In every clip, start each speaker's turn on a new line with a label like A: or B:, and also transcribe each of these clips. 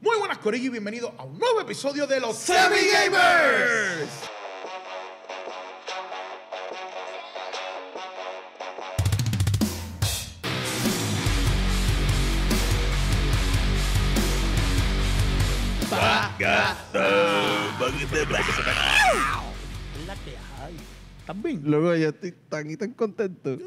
A: Muy buenas Corillo y bienvenido a un nuevo episodio de los Semi Gamers.
B: la que hay. ¿Estás bien?
C: Luego yo estoy tan y tan contento.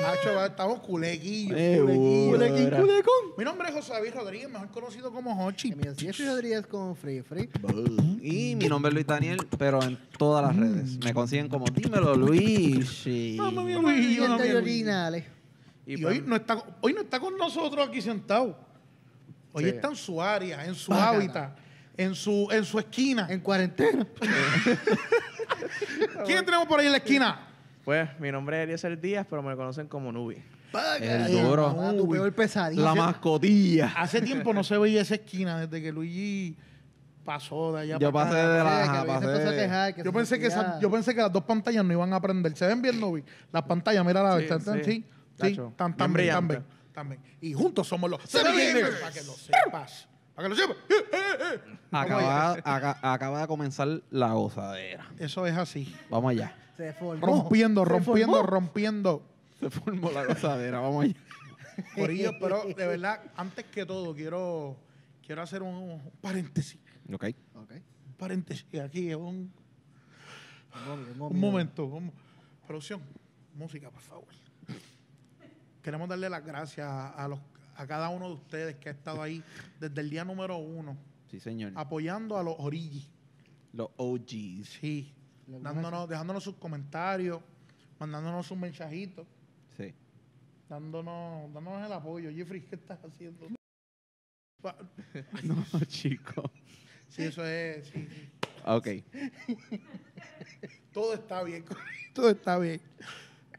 A: Nacho, va, estamos culequillos.
C: Eh,
A: culequillos.
C: bueno. Culequín, culecón.
A: Mi nombre es José David Rodríguez, mejor conocido como Hochi.
D: Y mi Jeffrey Rodríguez con Free Free.
C: Y mi nombre es Luis Daniel, pero en todas las redes. Me consiguen como Dímelo Luigi.
D: Y el de
A: Y
D: Orinales.
C: Y
A: hoy
C: pues,
A: no, está, hoy no está con nosotros aquí sentado. Hoy
D: Sí.
A: está en su área, en su
D: Bácala.
A: hábitat, en su, en su esquina.
D: En cuarentena.
A: ¿Quién tenemos por ahí en la esquina?
E: Pues, mi nombre es Eliezer Díaz, pero me lo conocen como Nubi.
C: el
D: Ay,
C: duro.
D: mamá, tu Ah, peor pesadilla.
C: la mascotilla.
A: Hace tiempo no se veía esa esquina desde que Luigi pasó de allá
C: Yo
A: para
C: pasé
A: acá.
C: de
D: Sí,
C: la.
D: que había empezado a
C: pasé-
D: tejar,
A: Yo
D: se
A: pensé, que
D: metía-
A: esa- yo pensé que las dos pantallas no iban a prender. ¿Se ven bien, Novi? Las pantallas, mira la
E: Sí,
A: están sí,
E: sí.
A: sí,
E: Tacho,
A: tan, tan
E: bien
A: bien, tan
E: brillante.
A: bien, tan bien. Y juntos somos los Semi Gamers. Para que lo sepas. Para que lo sepas. Eh, eh, eh.
C: Acaba, aca- acaba de comenzar la gozadera.
A: Eso es así.
C: Vamos allá.
D: Se formó.
A: Rompiendo,
D: Se
A: rompiendo,
D: formó.
A: rompiendo.
C: Se formó la gozadera, vamos allá.
A: Corillo, pero de verdad, antes que todo, quiero, quiero hacer un, un paréntesis.
C: Ok.
D: Ok.
A: Un paréntesis aquí, es un,
D: Un momento, un
A: un
D: momento.
A: momento. un- producción, música, por favor. Queremos darle las gracias a, los, a cada uno de ustedes que ha estado ahí desde el día número uno,
C: Sí, señor.
A: apoyando a los origi.
C: Los OGs.
A: Sí.
D: Los
A: Dándonos, dejándonos sus comentarios, mandándonos sus mensajitos,
C: Sí.
A: dándonos, dándonos el apoyo. Jeffrey, ¿qué estás haciendo? Pa-
C: No, chicos.
A: Sí, eso es. sí, sí.
C: Ok.
A: Todo está bien, todo está bien.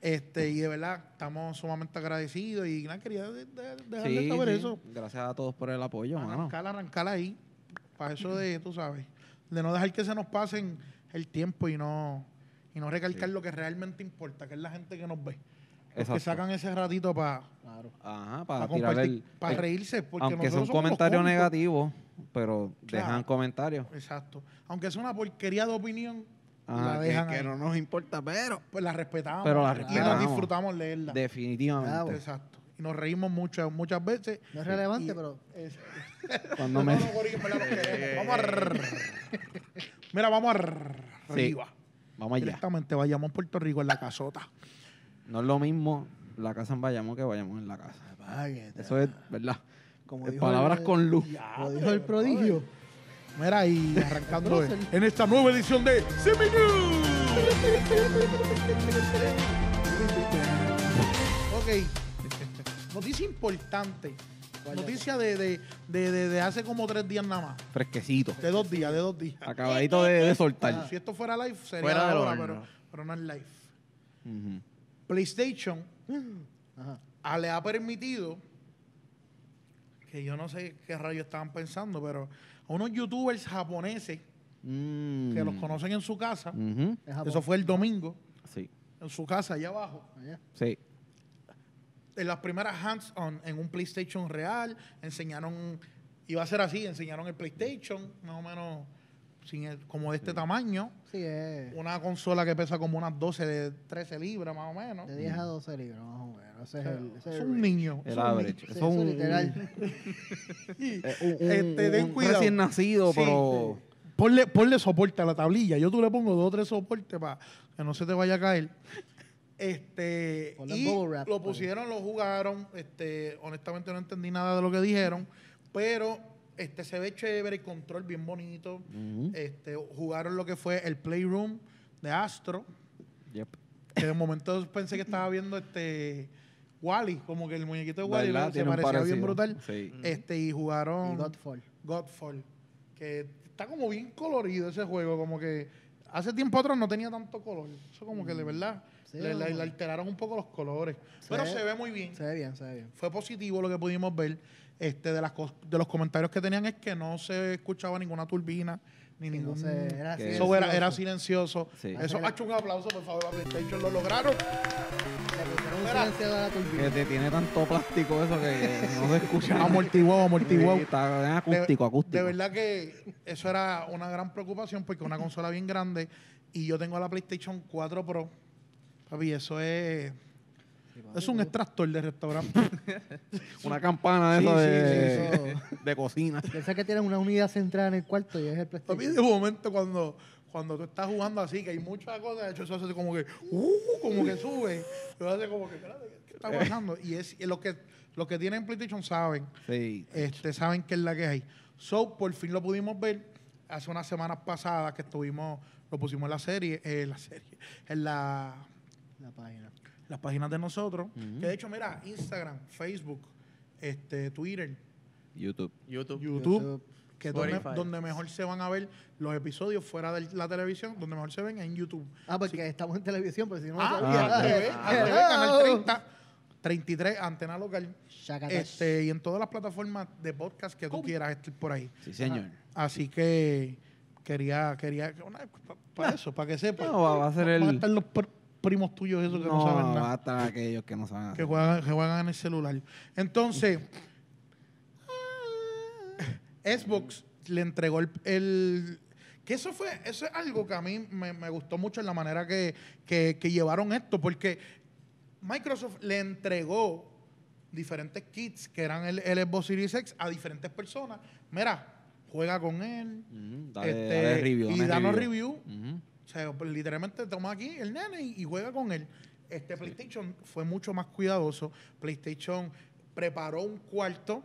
A: Este, y de verdad, estamos sumamente agradecidos y nada, quería de- de- dejarles
C: Sí,
A: saber
C: sí.
A: eso.
C: Gracias a todos por el apoyo, mano.
A: Arrancar, arrancar ahí. Para eso de, tú sabes, de no dejar que se nos pasen el tiempo y no, y no recalcar lo que realmente importa, que es la gente que nos ve. Los
C: Exacto.
A: que sacan ese ratito para
D: Claro.
C: Ajá, para, tirar el.
A: para
C: el-
A: reírse. Porque
C: Aunque sea
A: nosotros
C: un
A: somos los
C: comentario
A: cómicos.
C: negativo, pero
A: Claro.
C: dejan comentarios.
A: Exacto. Aunque sea una porquería de opinión,
C: Ajá,
A: la
C: Ah, que-
A: dejan
C: que,
A: ahí.
C: no nos importa, pero.
A: pues la respetamos.
C: Pero la
A: Y
C: respetamos.
A: nos disfrutamos leerla. Ah,
C: Definitivamente.
D: Bravo.
A: Exacto. Y nos reímos muchas, muchas veces.
D: No es relevante,
A: Y-
D: pero.
A: Es-
C: Cuando
A: No,
C: me.
A: no, Gorín, ¿verdad? Los queremos. Vamos a rrr. Mira, vamos a rrr.
C: Sí.
A: arriba. Ah,
C: Vamos allá.
A: Directamente vayamos a Puerto Rico en la casota.
C: No es lo mismo la casa en Bayamón que Bayamón en la casa.
D: Páguete.
C: Eso este es verdad.
D: Como
C: Eh,
D: dijo
C: Palabras
D: el-
C: con luz.
D: Lo dijo el prodigio.
A: Mira, y arrancando eh, en esta nueva edición de Semi News. ok. Noticia importante. Noticia de, de, de, de- de hace como tres días nada más.
C: Fresquecito.
A: De dos días, de dos días.
C: Acabadito de, de soltar.
A: Si esto fuera live, sería
E: Fuera del
A: ahora,
E: horno.
A: pero, pero no es live.
C: Ujú.
A: PlayStation
D: Ajá.
A: ah, le ha permitido, que yo no sé qué rayos estaban pensando, pero a unos youtubers japoneses
C: Mm.
A: que los conocen en su casa,
C: Ujú.
D: Es Japón.
A: eso fue el domingo,
C: Sí.
A: en su casa allá abajo,
D: Allá.
C: Sí.
A: en las primeras hands-on en un PlayStation real, enseñaron, iba a ser así, enseñaron el PlayStation, más o menos sin el- como de este tamaño,
D: Sí, es.
A: una consola que pesa como unas 12, de 13 libras más o menos.
D: De 10 a 12 libros, más o menos. Ese es el. ese
A: Es
D: es
A: un
D: el-
A: niño.
C: El
A: son
C: average.
D: Sí,
C: Eso es
D: eso
C: un-
D: literal.
C: Eh, un- un-
A: Este, ten
C: un
A: cuidado.
C: Recién nacido,
A: Sí,
C: pero.
A: Ponle, ponle soporte a la tablilla. Yo tú le pongo dos o tres soportes para que no se te vaya a caer. Este,
D: Ponle
A: y
D: bubble wrap,
A: lo
C: pues.
D: ponle.
A: pusieron, lo jugaron. Este, honestamente no entendí nada de lo que dijeron, pero este se ve chévere el control bien bonito.
C: Ujú.
A: Este, jugaron lo que fue el Playroom de Astro,
C: Yep.
A: que de momento pensé que estaba viendo este Wally, como que el muñequito de Wally
C: ¿Verdad?
A: ¿no? se
C: Tiene un
A: parecía bien
C: parecido.
A: brutal.
C: Sí.
A: Este, y jugaron
D: Y Godfall.
A: Godfall, que está como bien colorido ese juego, como que hace tiempo atrás no tenía tanto color. Eso como que de verdad
D: Mm. Sí,
A: le, le-
D: vamos.
A: le alteraron un poco los colores.
D: Se
A: Pero
D: ve-
A: se ve muy bien.
D: Se ve bien, se ve bien.
A: Fue positivo lo que pudimos ver. Este, de, las cos- de los comentarios que tenían es que no se escuchaba ninguna turbina, ni
D: Que no
A: ningún...
D: sé, era
C: Que-
A: eso era,
D: silencioso.
A: era silencioso.
C: Sí.
A: Eso, hacho, un aplauso, por favor, a PlayStation. Lo lograron.
D: Le pusieron un
A: mira,
D: presencia de la
C: Que
D: turbina.
C: te tiene tanto plástico eso que no se escucha. nada.
A: amortiguado,
C: Sí,
A: amortiguado.
C: está
A: De-
C: acústico, acústico.
A: De verdad que eso era una gran preocupación porque una consola bien grande y yo tengo la PlayStation 4 Pro. Papi, eso es. Es un extractor de restaurante.
C: Una campana esa
D: sí,
C: de,
D: sí,
C: de cocina.
D: Piensa que tienes una unidad central en el cuarto y es el
A: Papi,
D: PlayStation.
A: de momento cuando, cuando tú estás jugando así, que hay muchas cosas, de hecho, eso hace como que, uh, como que sube. Lo hace como que, espérate, ¿qué- ¿qué está
C: Eh.
A: pasando? Y es y los que los que tienen PlayStation saben,
C: Sí.
A: este, saben que es la que hay. So, por fin lo pudimos ver hace unas semanas pasadas que estuvimos, lo pusimos en la serie, eh, la serie, en la
D: La página.
A: las páginas de nosotros.
C: Ujú.
A: Que de hecho, mira, Instagram, Facebook, este, Twitter,
C: YouTube.
E: YouTube.
A: YouTube, que es donde,
E: Spotify.
A: donde mejor se van a ver los episodios fuera de la televisión, donde mejor se ven es en YouTube.
D: Ah, porque estamos en televisión, pero si no, no
A: Ah,
D: sabía.
C: ah,
A: al revés, al revés,
D: oh.
A: Canal 30, 33, Antena Local.
D: Shakatash.
A: Este, y en todas las plataformas de podcast que tú quieras estar por ahí.
C: Sí, señor.
A: Así que quería, quería, para eso, para que sepas.
C: Ah. No, va, va a ser
A: Van a
C: el...
A: estar los pr- primos tuyos esos que no, saben nada.
C: va a estar aquellos que no saben.
A: que
C: hacer.
A: juegan, que juegan en el celular. Entonces, Xbox le entregó el, el- que eso fue, eso es algo que a mí me, me gustó mucho en la manera que, que- que llevaron esto, porque Microsoft le entregó diferentes kits que eran el, el Xbox Series X a diferentes personas. Mira, juega con él.
C: Ujú, dale,
A: este,
C: dale review.
A: y
C: dame
A: danos review.
C: Ujú.
A: O sea, pues, literalmente toma aquí el nene y, y juega con él. Este PlayStation fue mucho más cuidadoso. PlayStation preparó un cuarto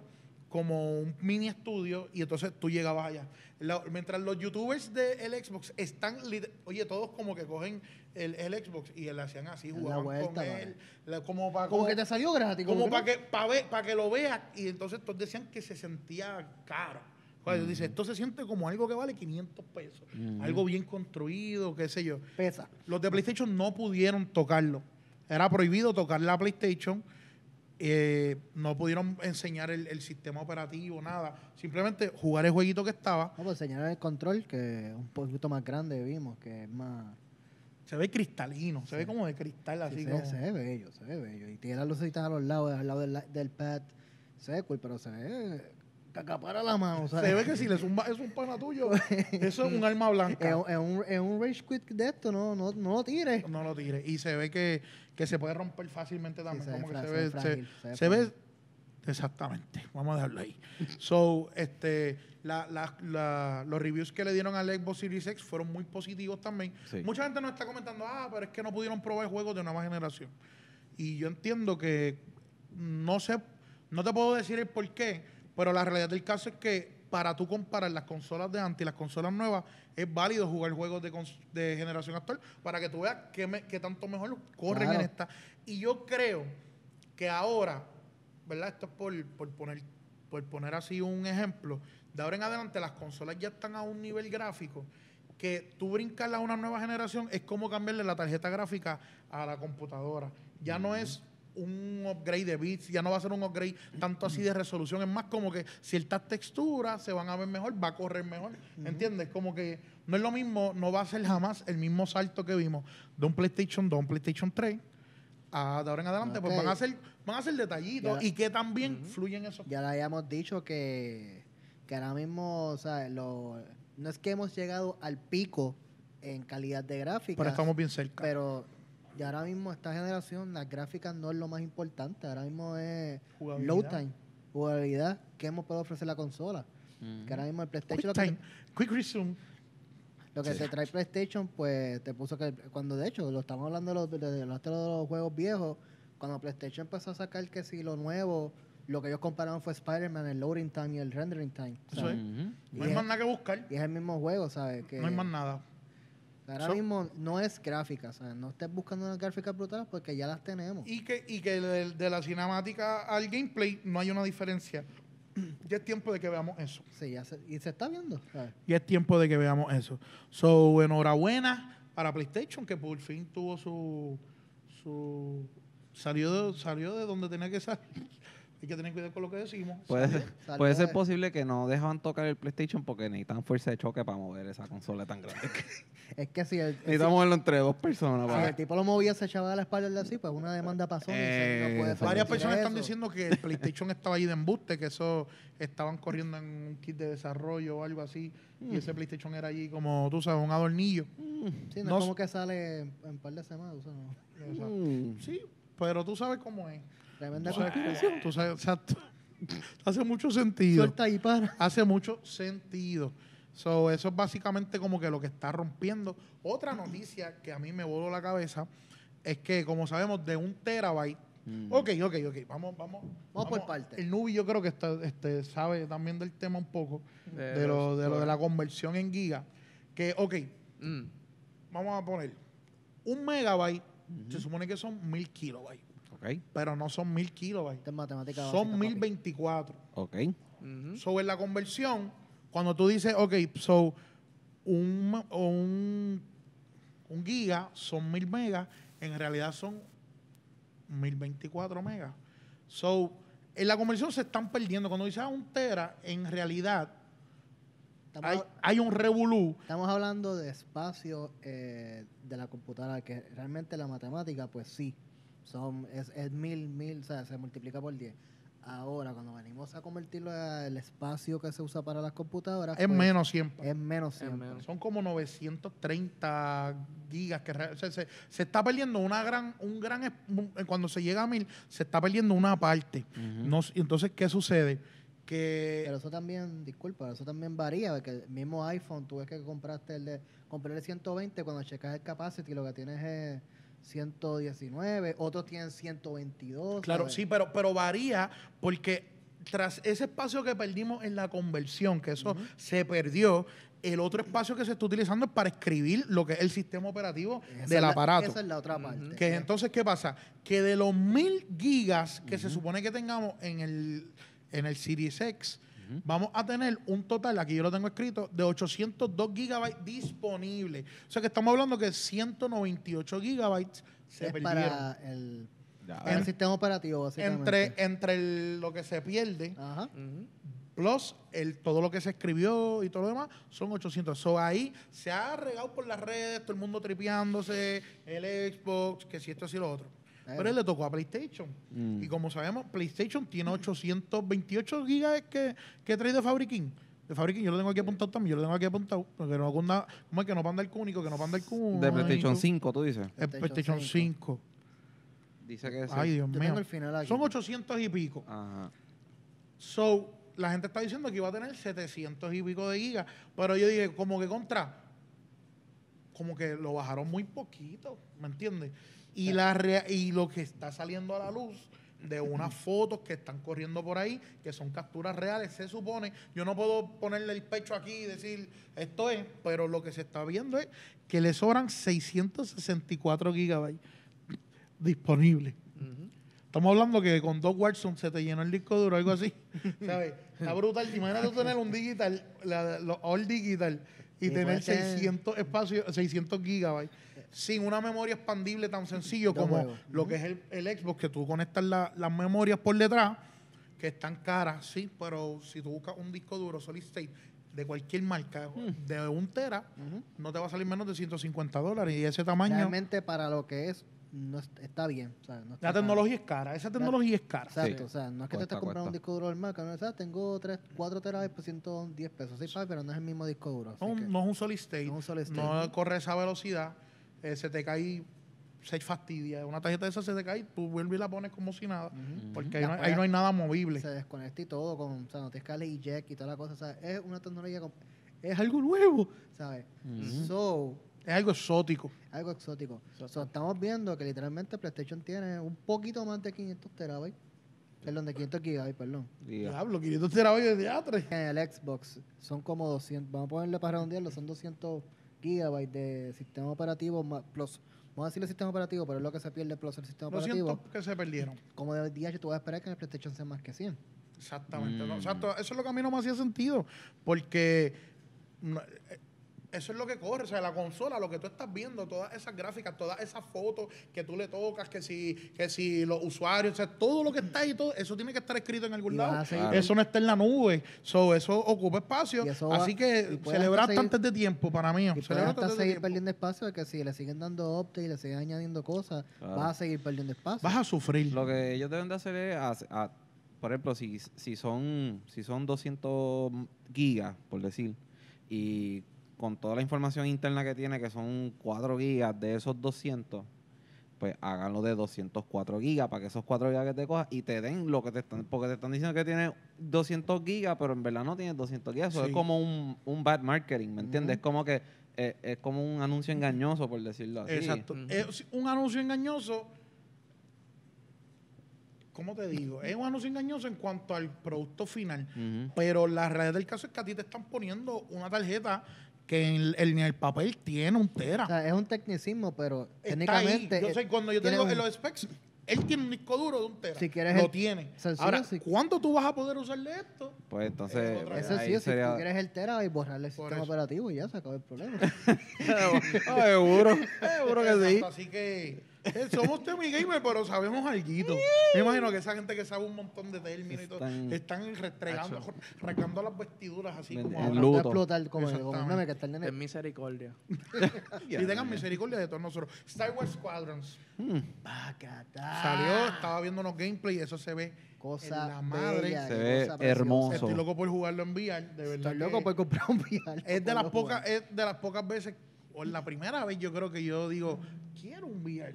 A: como un mini estudio y entonces tú llegabas allá. La- mientras los youtubers del Xbox están, lit- oye, todos como que cogen el, el Xbox y le hacían así,
D: La
A: jugaban
D: vuelta,
A: con
D: vale.
A: él, la- como para
D: Como que te salió gratis.
A: como
D: que
A: para
D: no.
A: que, pa' ver- pa' que lo veas. Y entonces todos decían que se sentía caro. O sea,
D: Mm.
A: yo dice, esto se siente como algo que vale 500 pesos. Algo bien construido, qué sé yo.
D: Pesa.
A: Los de PlayStation no pudieron tocarlo. Era prohibido tocar la PlayStation. Eh, no pudieron enseñar el, el sistema operativo, nada. Simplemente jugar el jueguito que estaba.
D: No, pues señalar el control que es un poquito más grande vimos, que es más...
A: Se ve cristalino, se ve como de cristal así.
D: sí, se,
A: como-
D: se ve bello, se ve bello. Y tiene las lucecitas a los lados, al lado del, la- del pad. Se ve cool, pero se ve... Que acapara la mano, ¿sabes?
A: Se ve que si le zumba, es un pana tuyo. Eso es un alma blanca.
D: Es un- es un, es un rage quit de esto, no, no, no lo tires.
A: no lo tire. Y se ve que, que se puede romper fácilmente también.
D: se ve
A: como que
D: fra-
A: se
D: se ve
A: ve,
D: frágil,
A: se-
D: se ve
A: se ve-
D: frágil.
A: exactamente. Vamos a dejarlo ahí. So, este, la- la- la- los reviews que le dieron al Xbox Series X fueron muy positivos también.
C: Sí.
A: Mucha gente nos está comentando, ah, pero es que no pudieron probar juegos de nueva generación. Y yo entiendo que no sé, no te puedo decir el por qué, pero la realidad del caso es que para tú comparar las consolas de antes y las consolas nuevas, es válido jugar juegos de, cons- de generación actual para que tú veas qué, me- qué tanto mejor corren
D: Claro.
A: en esta. Y yo creo que ahora, ¿verdad? Esto es por, por poner, por poner así un ejemplo. De ahora en adelante las consolas ya están a un nivel gráfico que tú brincarla a una nueva generación es como cambiarle la tarjeta gráfica a la computadora. Ya no es un upgrade de bits, ya no va a ser un upgrade tanto así de resolución, es más como que ciertas texturas se van a ver mejor, va a correr mejor, ¿entiendes? Como que no es lo mismo, no va a ser jamás el mismo salto que vimos de un PlayStation 2 a un PlayStation 3 a de ahora en adelante, pues
D: Ok.
A: van a ser van a ser detallitos
D: Ya.
A: y que también fluyen esos
D: Ya le habíamos dicho que, que ahora mismo, o sea, lo, no es que hemos llegado al pico en calidad de gráficas,
A: pero estamos bien cerca.
D: pero ya ahora mismo esta generación, las gráficas no es lo más importante, ahora mismo es
A: Jugabilidad.
D: load time, jugabilidad, que hemos podido ofrecer la consola. Que ahora mismo el
A: Quick
D: PlayStation lo que,
A: time, quick resume.
D: lo que te trae PlayStation, pues te puso que cuando de hecho lo estamos hablando de los, de, de los- de los juegos viejos, cuando PlayStation empezó a sacar que si lo nuevo, lo que ellos compararon fue Spider-Man, el loading time y el rendering time.
A: Eso es.
C: Ujú.
A: No
D: Y
A: hay
D: es-
A: más nada que buscar.
D: Y es el mismo juego, ¿sabes? Que
A: No hay más nada.
D: Ahora
A: So-
D: mismo no es gráfica, ¿sabes? No estés buscando unas gráficas brutales porque ya las tenemos.
A: Y que, y que de, de la cinemática al gameplay no hay una diferencia. Ya es tiempo de que veamos eso.
D: Sí, ya se, y se está viendo, ¿sabes?
A: Ya es tiempo de que veamos eso. So, enhorabuena para PlayStation, que por fin tuvo su. su salió, de, salió de donde tenía que salir. Hay que tener cuidado con lo que decimos.
C: Puede,
A: ¿sabes?
C: ser-
D: salió
C: puede ser
D: de-
C: posible que no dejaban tocar el PlayStation porque necesitan fuerza de choque para mover esa consola tan grande.
D: Es que si el, si-
C: necesitan moverlo entre dos personas.
D: si
C: para-
D: el tipo lo movía, se echaba de la espalda así, pues una demanda pasó. y se-
C: Eh,
D: no puede
A: Varias
D: permitir
A: personas están
D: eso.
A: diciendo que el PlayStation estaba ahí de embuste, que eso estaban corriendo en un kit de desarrollo o algo así.
C: Mm.
A: Y ese PlayStation era allí como, tú sabes, un adornillo.
D: Sí, no,
A: no
D: es
A: s-
D: como que sale en un par de semanas. o sea, no.
A: O sea,
C: Mm.
A: Sí, pero tú sabes cómo es.
D: Tremenda
A: Tú sabes
D: cosa.
A: cómo es. Tú sabes, exacto. Hace mucho sentido.
D: Suelta y para.
A: Hace mucho sentido. So, eso es básicamente como que lo que está rompiendo. Otra noticia que a mí me voló la cabeza es que, como sabemos, de un terabyte.
C: Mm.
A: Ok, ok, ok. Vamos, vamos.
D: Vamos por partes.
A: El Nubi yo creo que está, este, sabe también del tema un poco,
E: De
A: de, lo,
E: los-
A: de, lo de la conversión en giga. Que, ok,
E: Mm.
A: vamos a poner, un megabyte se supone que son mil kilobytes,
C: Ok,
A: pero no son mil kilobytes,
D: Esta es matemática
A: son
D: básica,
A: mil
D: papi.
A: veinticuatro.
C: ok.
E: Ujú.
A: Sobre la conversión, cuando tú dices, ok, so, un, ma- o un, un giga son mil megas, en realidad son 1024 megas. So, en la conversión se están perdiendo. Cuando dices ah, un tera, en realidad
D: Estamos-
A: hay, hay un revolú.
D: Estamos hablando de espacio eh, de la computadora, que realmente la matemática, pues sí, son, es, es mil, mil, o sea, se multiplica por 10. Ahora, cuando venimos a convertirlo al espacio que se usa para las computadoras,
A: Es
D: pues,
A: menos siempre.
D: Es menos
E: Es
D: siempre.
E: menos.
A: Son como 930 gigas que re- se, se- se está perdiendo una gran un gran es- un- eh, cuando se llega a mil se está perdiendo una parte. No s- entonces qué sucede que
D: Pero eso también, disculpa, eso también varía, porque el mismo iPhone, tú ves que compraste el de, compré el 120, cuando checas el capacity, lo que tienes es 119, otros tienen 122.
A: Claro,
D: ¿sabes?
A: sí, pero, pero varía porque tras ese espacio que perdimos en la conversión, que eso se perdió, el otro espacio que se está utilizando es para escribir lo que es el sistema operativo
D: Esa es
A: del
D: la-
A: aparato.
D: Esa es la otra parte.
A: Que entonces, ¿qué pasa? Que de los mil gigas que se supone que tengamos en el, en el Series X, vamos a tener un total, aquí yo lo tengo escrito, de 802 gigabytes disponibles. O sea que estamos hablando que 198 gigabytes se
D: es
A: perdieron.
D: para el
C: Ya,
D: Para el sistema operativo, básicamente.
A: entre, entre el- lo que se pierde,
D: Ajá.
E: Ujú.
A: plus el, todo lo que se escribió y todo lo demás, son 800. So, ahí se ha regado por las redes, todo el mundo tripeándose, el Xbox, que si esto, si lo otro.
D: Eh.
A: Pero él le tocó a PlayStation.
C: Mm.
A: Y como sabemos, PlayStation tiene 828 gigas que, que trae de fabriquín. De fabriquín, yo lo tengo aquí apuntado también, yo lo tengo aquí apuntado. Porque no, anda- ¿cómo es que no panda el cúnico, que no panda el cúnico.
C: De PlayStation 5, tú dices.
A: El PlayStation 5.
C: Dice que es.
A: Ay, Dios
D: Yo
A: mío.
D: tengo el final aquí.
A: Son 800 y pico.
C: Ajá.
A: So, la gente está diciendo que iba a tener 700 y pico de gigas, pero yo dije, como que contra, como que lo bajaron muy poquito, ¿me entiendes? Y, la rea- y lo que está saliendo a la luz de unas fotos que están corriendo por ahí, que son capturas reales, se supone, yo no puedo ponerle el pecho aquí y decir, esto es, pero lo que se está viendo es que le sobran 664 gigabytes disponibles.
E: Ujú.
A: Estamos hablando que con dos Watson se te llenó el disco duro, algo así. ¿Sabes? Está brutal. Imagínate tú tener un digital, la- los all digital, y,
D: Y
A: tener
D: puedes tener-
A: 600 espacios, 600 gigabytes, sin una memoria expandible tan sencillo
D: Dos
A: como
D: huevos.
A: lo que es el, el Xbox, que tú conectas la- las memorias por detrás, que están caras, sí, pero si tú buscas un disco duro solid state de cualquier marca, de un tera,
D: Hmm. Ujú.
A: no te va a salir menos de 150 dólares. Y ese tamaño,
D: Realmente para lo que es, no es- está bien. o sea, no está
A: la
D: tan-
A: tecnología es cara, esa tecnología es cara.
D: Exacto,
C: Sí.
D: o sea, no es que te
C: Cuesta,
D: estés comprando un
C: cuesta.
D: disco duro del Mac, ¿no? O sea, tengo 3, 4 terabytes por 110 pesos, sí, papi, pero no es el mismo disco duro. así
A: No,
D: que-
A: no es un solid state.
D: No es un solid state.
A: no corre esa velocidad. eh, se te cae, se fastidia. Una tarjeta de esa se te cae, tú vuelves y la pones como si nada.
D: Ujú.
A: Porque ahí
D: La
A: no, ahí
D: puedes-
A: no hay nada movible.
D: Se desconecta y todo, con, o sea, no tienes que darle eject y toda la cosa, o sea, es una tecnología, com- es algo nuevo, ¿sabes?
A: Mm.
D: So,
A: Es algo exótico.
D: algo exótico. So, estamos viendo que literalmente PlayStation tiene un poquito más de 500 terabytes. Perdón, de 500 gigabytes, perdón.
C: Diga.
A: Diablo, 500 terabytes de teatro.
D: En el Xbox son como 200, vamos a ponerle para redondearlo, son 200 gigabytes de sistema operativo más, plus, vamos a decirle sistema operativo, pero es lo que se pierde plus el sistema
A: Lo
D: operativo.
A: siento que se perdieron.
D: Como de día tú vas a esperar que en el PlayStation sea más que 100.
A: Exactamente.
C: Mm.
A: no, exacto. Eso es lo que a mí no me hacía sentido. Porque no, eh, Eso es lo que corre, o sea, la consola, lo que tú estás viendo, todas esas gráficas, todas esas fotos que tú le tocas, que si, que si los usuarios, o sea, todo lo que está ahí, todo, eso tiene que estar escrito en algún
D: Y vas
A: lado.
D: a seguir-
C: Claro.
A: Eso no está en la nube, so, eso ocupa espacio.
D: Y eso va-
A: Así
D: y
A: que
D: puedes
A: celebraste
D: hasta seguir-
A: antes de tiempo, para mí.
D: Y puedes
A: Celebraste
D: hasta
A: antes de
D: seguir
A: tiempo.
D: perdiendo espacio de que si le siguen dando updates y le siguen añadiendo cosas,
C: Claro.
D: vas a seguir perdiendo espacio.
A: Vas a sufrir.
C: Lo que ellos deben de hacer es, hace- a- por ejemplo, si, si, son, si son 200 gigas, por decir, y con toda la información interna que tiene, que son 4 gigas de esos 200, pues háganlo de 204 gigas para que esos 4 gigas que te cojas y te den lo que te están, porque te están diciendo que tienes 200 gigas, pero en verdad no tienes 200 gigas. Eso
A: Sí.
C: es como un, un bad marketing, ¿me entiendes? Es como que eh, es como un anuncio engañoso, por decirlo así.
A: Exacto.
E: Ujú.
A: Es un anuncio engañoso. ¿Cómo te digo? Es un anuncio engañoso en cuanto al producto final.
C: Ujú.
A: Pero la realidad del caso es que a ti te están poniendo una tarjeta que en el, en el papel tiene un tera.
D: O sea, es un tecnicismo, pero
A: Está ahí.
D: técnicamente. eh,
A: Yo sé, cuando yo te
D: tiene
A: digo
D: un-
A: en los specs, él tiene un disco duro de un tera.
D: Si quieres
A: Lo
D: el-
A: tiene.
D: sencillo,
A: Ahora,
D: si-
A: ¿cuándo tú vas a poder usarle esto?
C: Pues entonces...
A: Es otra
C: pues,
D: Eso
C: ahí
D: sí, si
C: sería-
D: tú quieres el tera y borrarle el
A: Por
D: sistema
A: eso.
D: operativo y ya se acabó el problema.
C: Ah, seguro, seguro que sí.
A: Exacto, Así que eh, somos Temi Gamer, pero sabemos alguito. Me imagino que esa gente que sabe un montón de términos y todo,
C: Están-
A: están restregando, rascando las vestiduras así
C: Ven-
A: como
C: en
A: ahora.
D: No te va a
C: luto.
D: explotar como, como el meme
A: Exactamente.
D: que está el nene.
E: Ten misericordia.
A: Y tengan misericordia de todos nosotros. Star Wars Squadrons
D: Bacatá.
A: salió, estaba viendo unos gameplays, eso se ve
D: Cosa
A: en la madre.
D: bella,
C: Se
D: qué
C: ve
D: cosa preciosa.
C: hermoso.
A: Estoy loco por jugarlo en VR, de verdad.
D: Estoy
A: que
D: loco por comprar un VR.
A: es de las
D: Lo
A: pocas, eh.
D: juego.
A: es de las pocas veces, o la primera vez yo creo que yo digo, quiero un VR.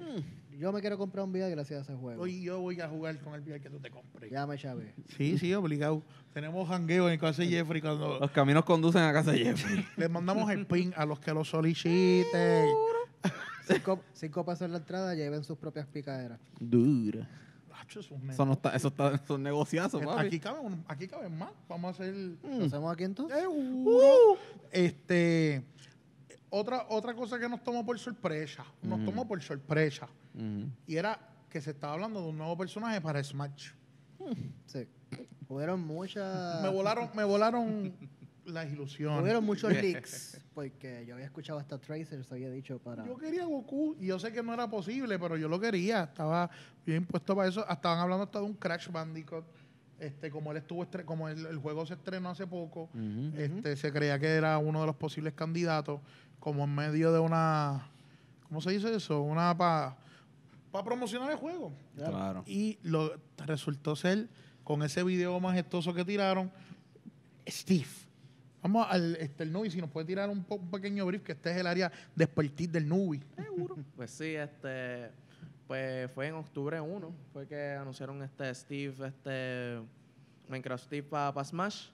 D: Yo me quiero comprar un VR gracias a ese juego.
A: Hoy yo voy a jugar con el VR que tú te compres.
D: Ya me chavé.
A: Sí, sí, obligado. Tenemos jangueo en casa de Jeffrey cuando
C: Los caminos conducen a casa de Jeffrey.
A: le mandamos el pin a los que lo soliciten.
D: Cinco, cinco pesos en la entrada, lleven sus propias picaderas.
C: Duro.
A: Hacho, es un
C: Eso
A: negocio.
C: no está, eso está, son negociazos, papi. Mm.
A: Aquí caben, un- aquí caben más. Vamos a hacer
D: ¿Lo hacemos aquí entonces?
A: seguro.
C: Uh.
A: Este, otra, otra cosa que nos tomó por sorpresa. Nos
C: Ujú.
A: tomó por sorpresa.
C: Ujú.
A: Y era que se estaba hablando de un nuevo personaje para Smash.
D: Sí. Hubieron
C: Ah.
D: muchas...
A: Me volaron, me volaron las ilusiones.
D: Hubieron muchos leaks. Porque yo había escuchado hasta Tracers, había dicho para...
A: Yo quería Goku y yo sé que no era posible, pero yo lo quería. Estaba bien puesto para eso. Estaban hablando hasta de un Crash Bandicoot. Este, como él estuvo estre- como el, el juego se estrenó hace poco,
C: Ujú.
A: este, se creía que era uno de los posibles candidatos, como en medio de una, ¿cómo se dice eso? Una para promocionar el juego.
C: Claro.
A: Y lo resultó ser, con ese video majestuoso que tiraron, Steve. Vamos al este, el Nubi, si nos puede tirar un, po- un pequeño brief, que este es el área de expertise del Nubi.
E: Pues sí, este. Pues fue en octubre 1, fue que anunciaron este Steve, este. Minecraft Steve para Smash.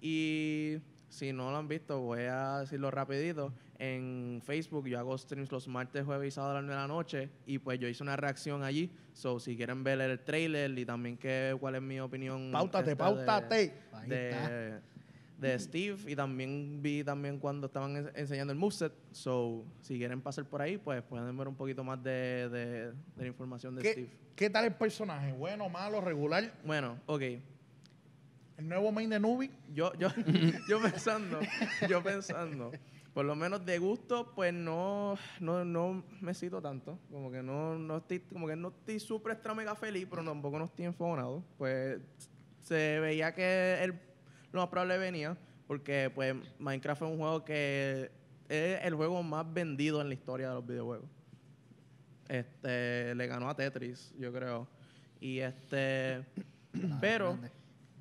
E: Y si no lo han visto, voy a decirlo rapidito. En Facebook yo hago streams los martes, jueves y sábado a las 9 de la noche. Y pues yo hice una reacción allí. So, si quieren ver el trailer y también que, cuál es mi opinión.
A: Pautate,
E: este, de-
A: pautate.
D: Ahí está.
E: de, de Steve y también vi también cuando estaban ens- enseñando el moveset. So, si quieren pasar por ahí, pues pueden ver un poquito más de, de- de la información de
A: ¿Qué,
E: Steve.
A: qué tal el personaje? Bueno, malo, regular.
E: Bueno, ok.
A: El nuevo main de Nubi.
E: Yo, yo, yo pensando, yo pensando, por lo menos de gusto, pues no, no, no me cito tanto. Como que no, no estoy, como que no estoy súper extra mega feliz, pero tampoco no estoy enfogonado. Pues se veía que el, lo más probable venía, porque pues Minecraft es un juego que es el juego más vendido en la historia de los videojuegos. Este, le ganó a Tetris, yo creo. Y este, pero
D: grande.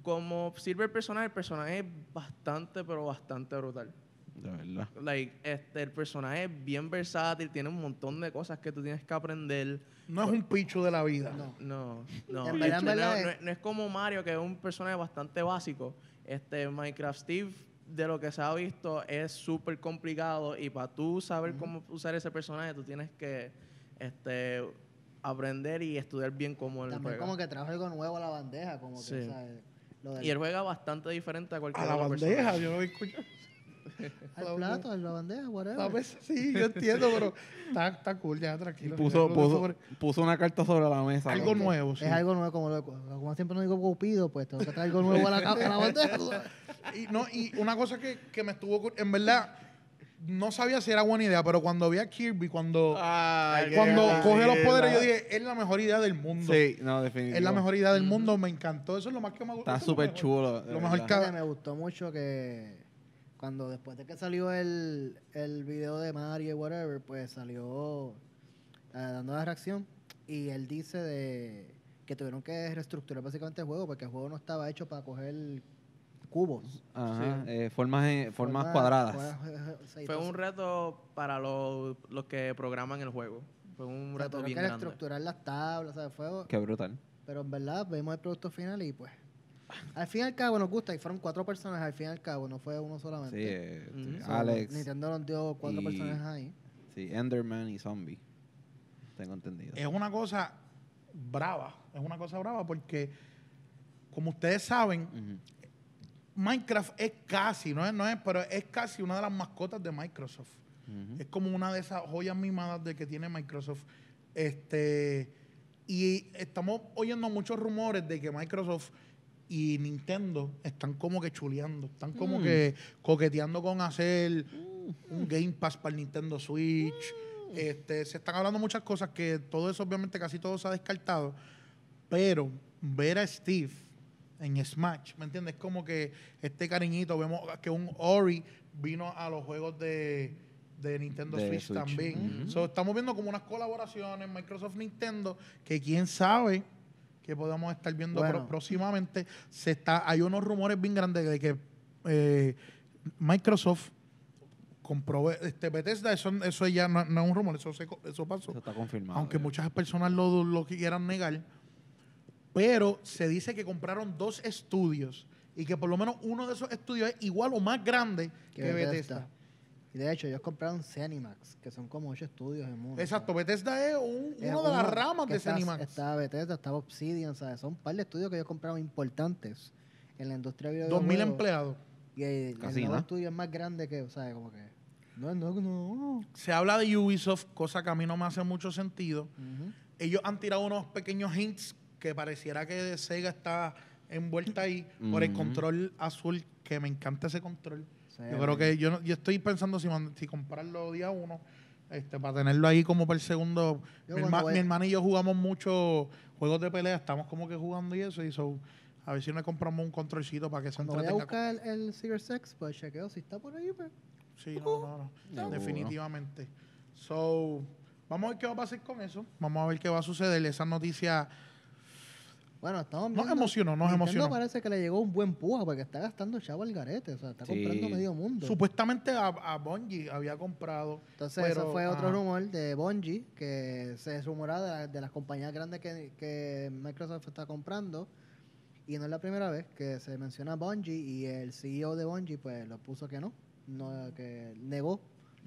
E: como sirve el personaje, el personaje es bastante, pero bastante brutal.
C: De verdad.
E: Like, este, el personaje es bien versátil, tiene un montón de cosas que tú tienes que aprender.
A: No es un pichu de la vida.
D: No.
E: No, no.
D: En verdad, en
E: no,
D: verdad,
E: no-
D: eh.
E: no es como Mario, que es un personaje bastante básico. Este, Minecraft Steve, de lo que se ha visto, es súper complicado y para tú saber cómo usar ese personaje, tú tienes que este, aprender y estudiar bien cómo él
D: También
E: juega.
D: como que trajo algo nuevo a la bandeja, como que,
E: Sí.
D: ¿sabes? Lo del,
E: Y él juega bastante diferente a cualquier
A: A la
E: otro
A: bandeja,
E: personaje.
A: yo lo he escuchado.
D: al plato, a la bandeja, whatever.
A: A veces sí, yo entiendo, pero está, está cool, ya
C: Y
A: tranquilo.
C: puso,
A: Yo creo que
C: puso,
A: sobre-
C: puso una carta sobre la mesa.
A: algo
C: loco.
A: nuevo.
D: Es
A: sí.
D: algo nuevo, como, lo- como siempre no digo Cupido, pues tengo que traer algo nuevo a la, ca- a la bandeja. tú sabes.
A: Y, no, y una cosa que, que me estuvo. cu- En verdad, no sabía si era buena idea, pero cuando vi a Kirby, cuando,
F: Ay, qué
A: cuando
F: linda.
A: coge los poderes, yo dije, es la mejor idea del mundo.
C: Sí, no, definitivamente.
A: Es la mejor idea del mundo, me encantó. Eso es lo más que me gusta.
C: Está súper chulo. de
A: lo mejor
C: verdad.
A: ca-
D: Fíjate, me gustó mucho que cuando después de que salió el, el video de Mario y whatever, pues salió eh, dando la reacción y él dice de que tuvieron que reestructurar básicamente el juego porque el juego no estaba hecho para coger cubos.
C: Ajá, eh, formas, eh, formas
D: Forma-
C: cuadradas.
D: forma- sí,
E: Fue
D: entonces,
E: un reto para los, los que programan el juego. Fue un
D: o sea,
E: reto
D: tuvieron
E: bien
D: que
E: grande.
D: reestructurar las tablas, ¿sabes? Fue,
C: Qué brutal.
D: pero en verdad vimos el producto final y pues al fin y al cabo nos gusta y fueron cuatro personas al fin y al cabo, no fue uno solamente.
C: Sí, eh,
E: Ujú.
D: So,
C: Alex,
D: Nintendo nos dio cuatro
C: y-
D: personas ahí.
C: sí, Enderman y Zombie. Tengo entendido.
A: Es una cosa brava. Es una cosa brava porque, como ustedes saben,
C: Ujú.
A: Minecraft es casi, no es, no es, pero es casi una de las mascotas de Microsoft.
C: Ujú.
A: Es como una de esas joyas mimadas de que tiene Microsoft. Este, y estamos oyendo muchos rumores de que Microsoft y Nintendo están como que chuleando, están como
C: Mm.
A: que coqueteando con hacer un Game Pass para el Nintendo Switch.
C: Mm.
A: Este, se están hablando muchas cosas que todo eso obviamente casi todo se ha descartado. Pero ver a Steve en Smash, ¿me entiendes? Como que este cariñito, vemos que un Ori vino a los juegos de, de Nintendo
C: De
A: Switch,
C: Switch.
A: también.
E: Ujú.
A: So, estamos viendo como unas colaboraciones Microsoft Nintendo que quién sabe que podamos estar viendo
D: Bueno.
A: pro- próximamente. Se está, hay unos rumores bien grandes de que eh, Microsoft compró este Bethesda, eso, eso ya no, no es un rumor, eso, se co- eso pasó
C: Eso está confirmado.
A: aunque
C: ya.
A: muchas personas lo, lo quieran negar, pero se dice que compraron dos estudios y que por lo menos uno de esos estudios es igual o más grande que,
D: que Bethesda.
A: Bethesda.
D: Y de hecho, ellos compraron Cenimax, que son como ocho estudios en mundo.
A: Exacto, Bethesda es un-
D: Es
A: uno de las
D: uno
A: ramas
D: que
A: de
D: está-
A: Cinemax.
D: Estaba Bethesda, estaba Obsidian, ¿sabes? Son un par de estudios que ellos compraron importantes en la industria de
A: Dos mil
D: videojuegos.
A: empleados.
D: Y el,
C: Casi
D: el nuevo
C: nada.
D: estudio es más grande que, ¿sabes? Como que... No, no, no.
A: Se habla de Ubisoft, cosa que a mí no me hace mucho sentido.
D: Ujú.
A: Ellos han tirado unos pequeños hints que pareciera que Sega está envuelta ahí por el
C: Ujú.
A: control azul, que me encanta ese control.
D: Sí,
A: Yo creo que yo, no- yo estoy pensando si, man- si comprarlo día uno, este, para tenerlo ahí como para el segundo.
D: Yo
A: mi,
D: cuando
A: herma-
D: voy-
A: mi hermano y yo jugamos mucho juegos de pelea, estamos como que jugando y eso, y so, a ver si nos compramos un controlcito para que se
D: Cuando voy a
A: entretenga.
D: buscar el, el Series X, pues chequeo si está por ahí, pues.
A: Sí, no, no, no.
C: Seguro.
A: Definitivamente. So, vamos a ver qué va a pasar con eso. Vamos a ver qué va a suceder. Esa noticia
D: Bueno, estamos
A: nos
D: viendo...
A: emocionó, nos
D: Nintendo
A: emocionó.
D: parece que le llegó un buen puja porque está gastando chavo al garete. O sea, está
C: Sí.
D: comprando medio mundo.
A: Supuestamente a, a Bungie había comprado.
D: Entonces,
A: Pero,
D: eso fue otro
A: ajá.
D: rumor de Bungie, que se rumoraba de, la- de las compañías grandes que, que Microsoft está comprando. Y no es la primera vez que se menciona Bungie y el CEO de Bungie, pues, lo puso que no, no que negó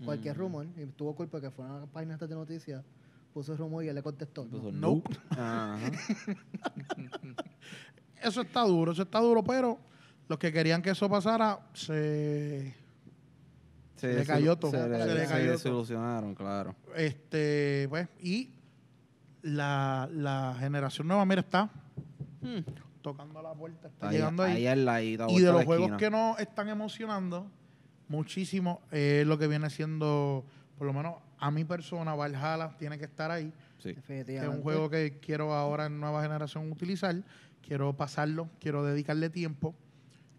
D: cualquier
C: Mm.
D: rumor y tuvo culpa que fue a una página esta de noticias, puso el rumor y él le contestó. no.
C: Puso
A: Nope.
C: nope. Ajá.
A: Eso está duro, eso está duro, pero los que querían que eso pasara se Se le
C: desilu-
A: cayó todo.
C: Se,
A: Se le
C: le, se
A: cayó todo.
C: desilusionaron, claro.
A: Este, pues, y la, la generación nueva, mira, está
C: Mm.
A: tocando la puerta, está
C: Ahí-
A: llegando ahí.
C: al ladito, a
A: y de
C: vuelta
A: los
C: la
A: juegos
C: esquina.
A: que nos están emocionando muchísimo es lo que viene siendo, por lo menos a mi persona, Valhalla tiene que estar ahí.
C: Sí.
A: que es
D: Definitivamente.
A: un juego que quiero ahora en nueva generación utilizar. Quiero pasarlo, quiero dedicarle tiempo.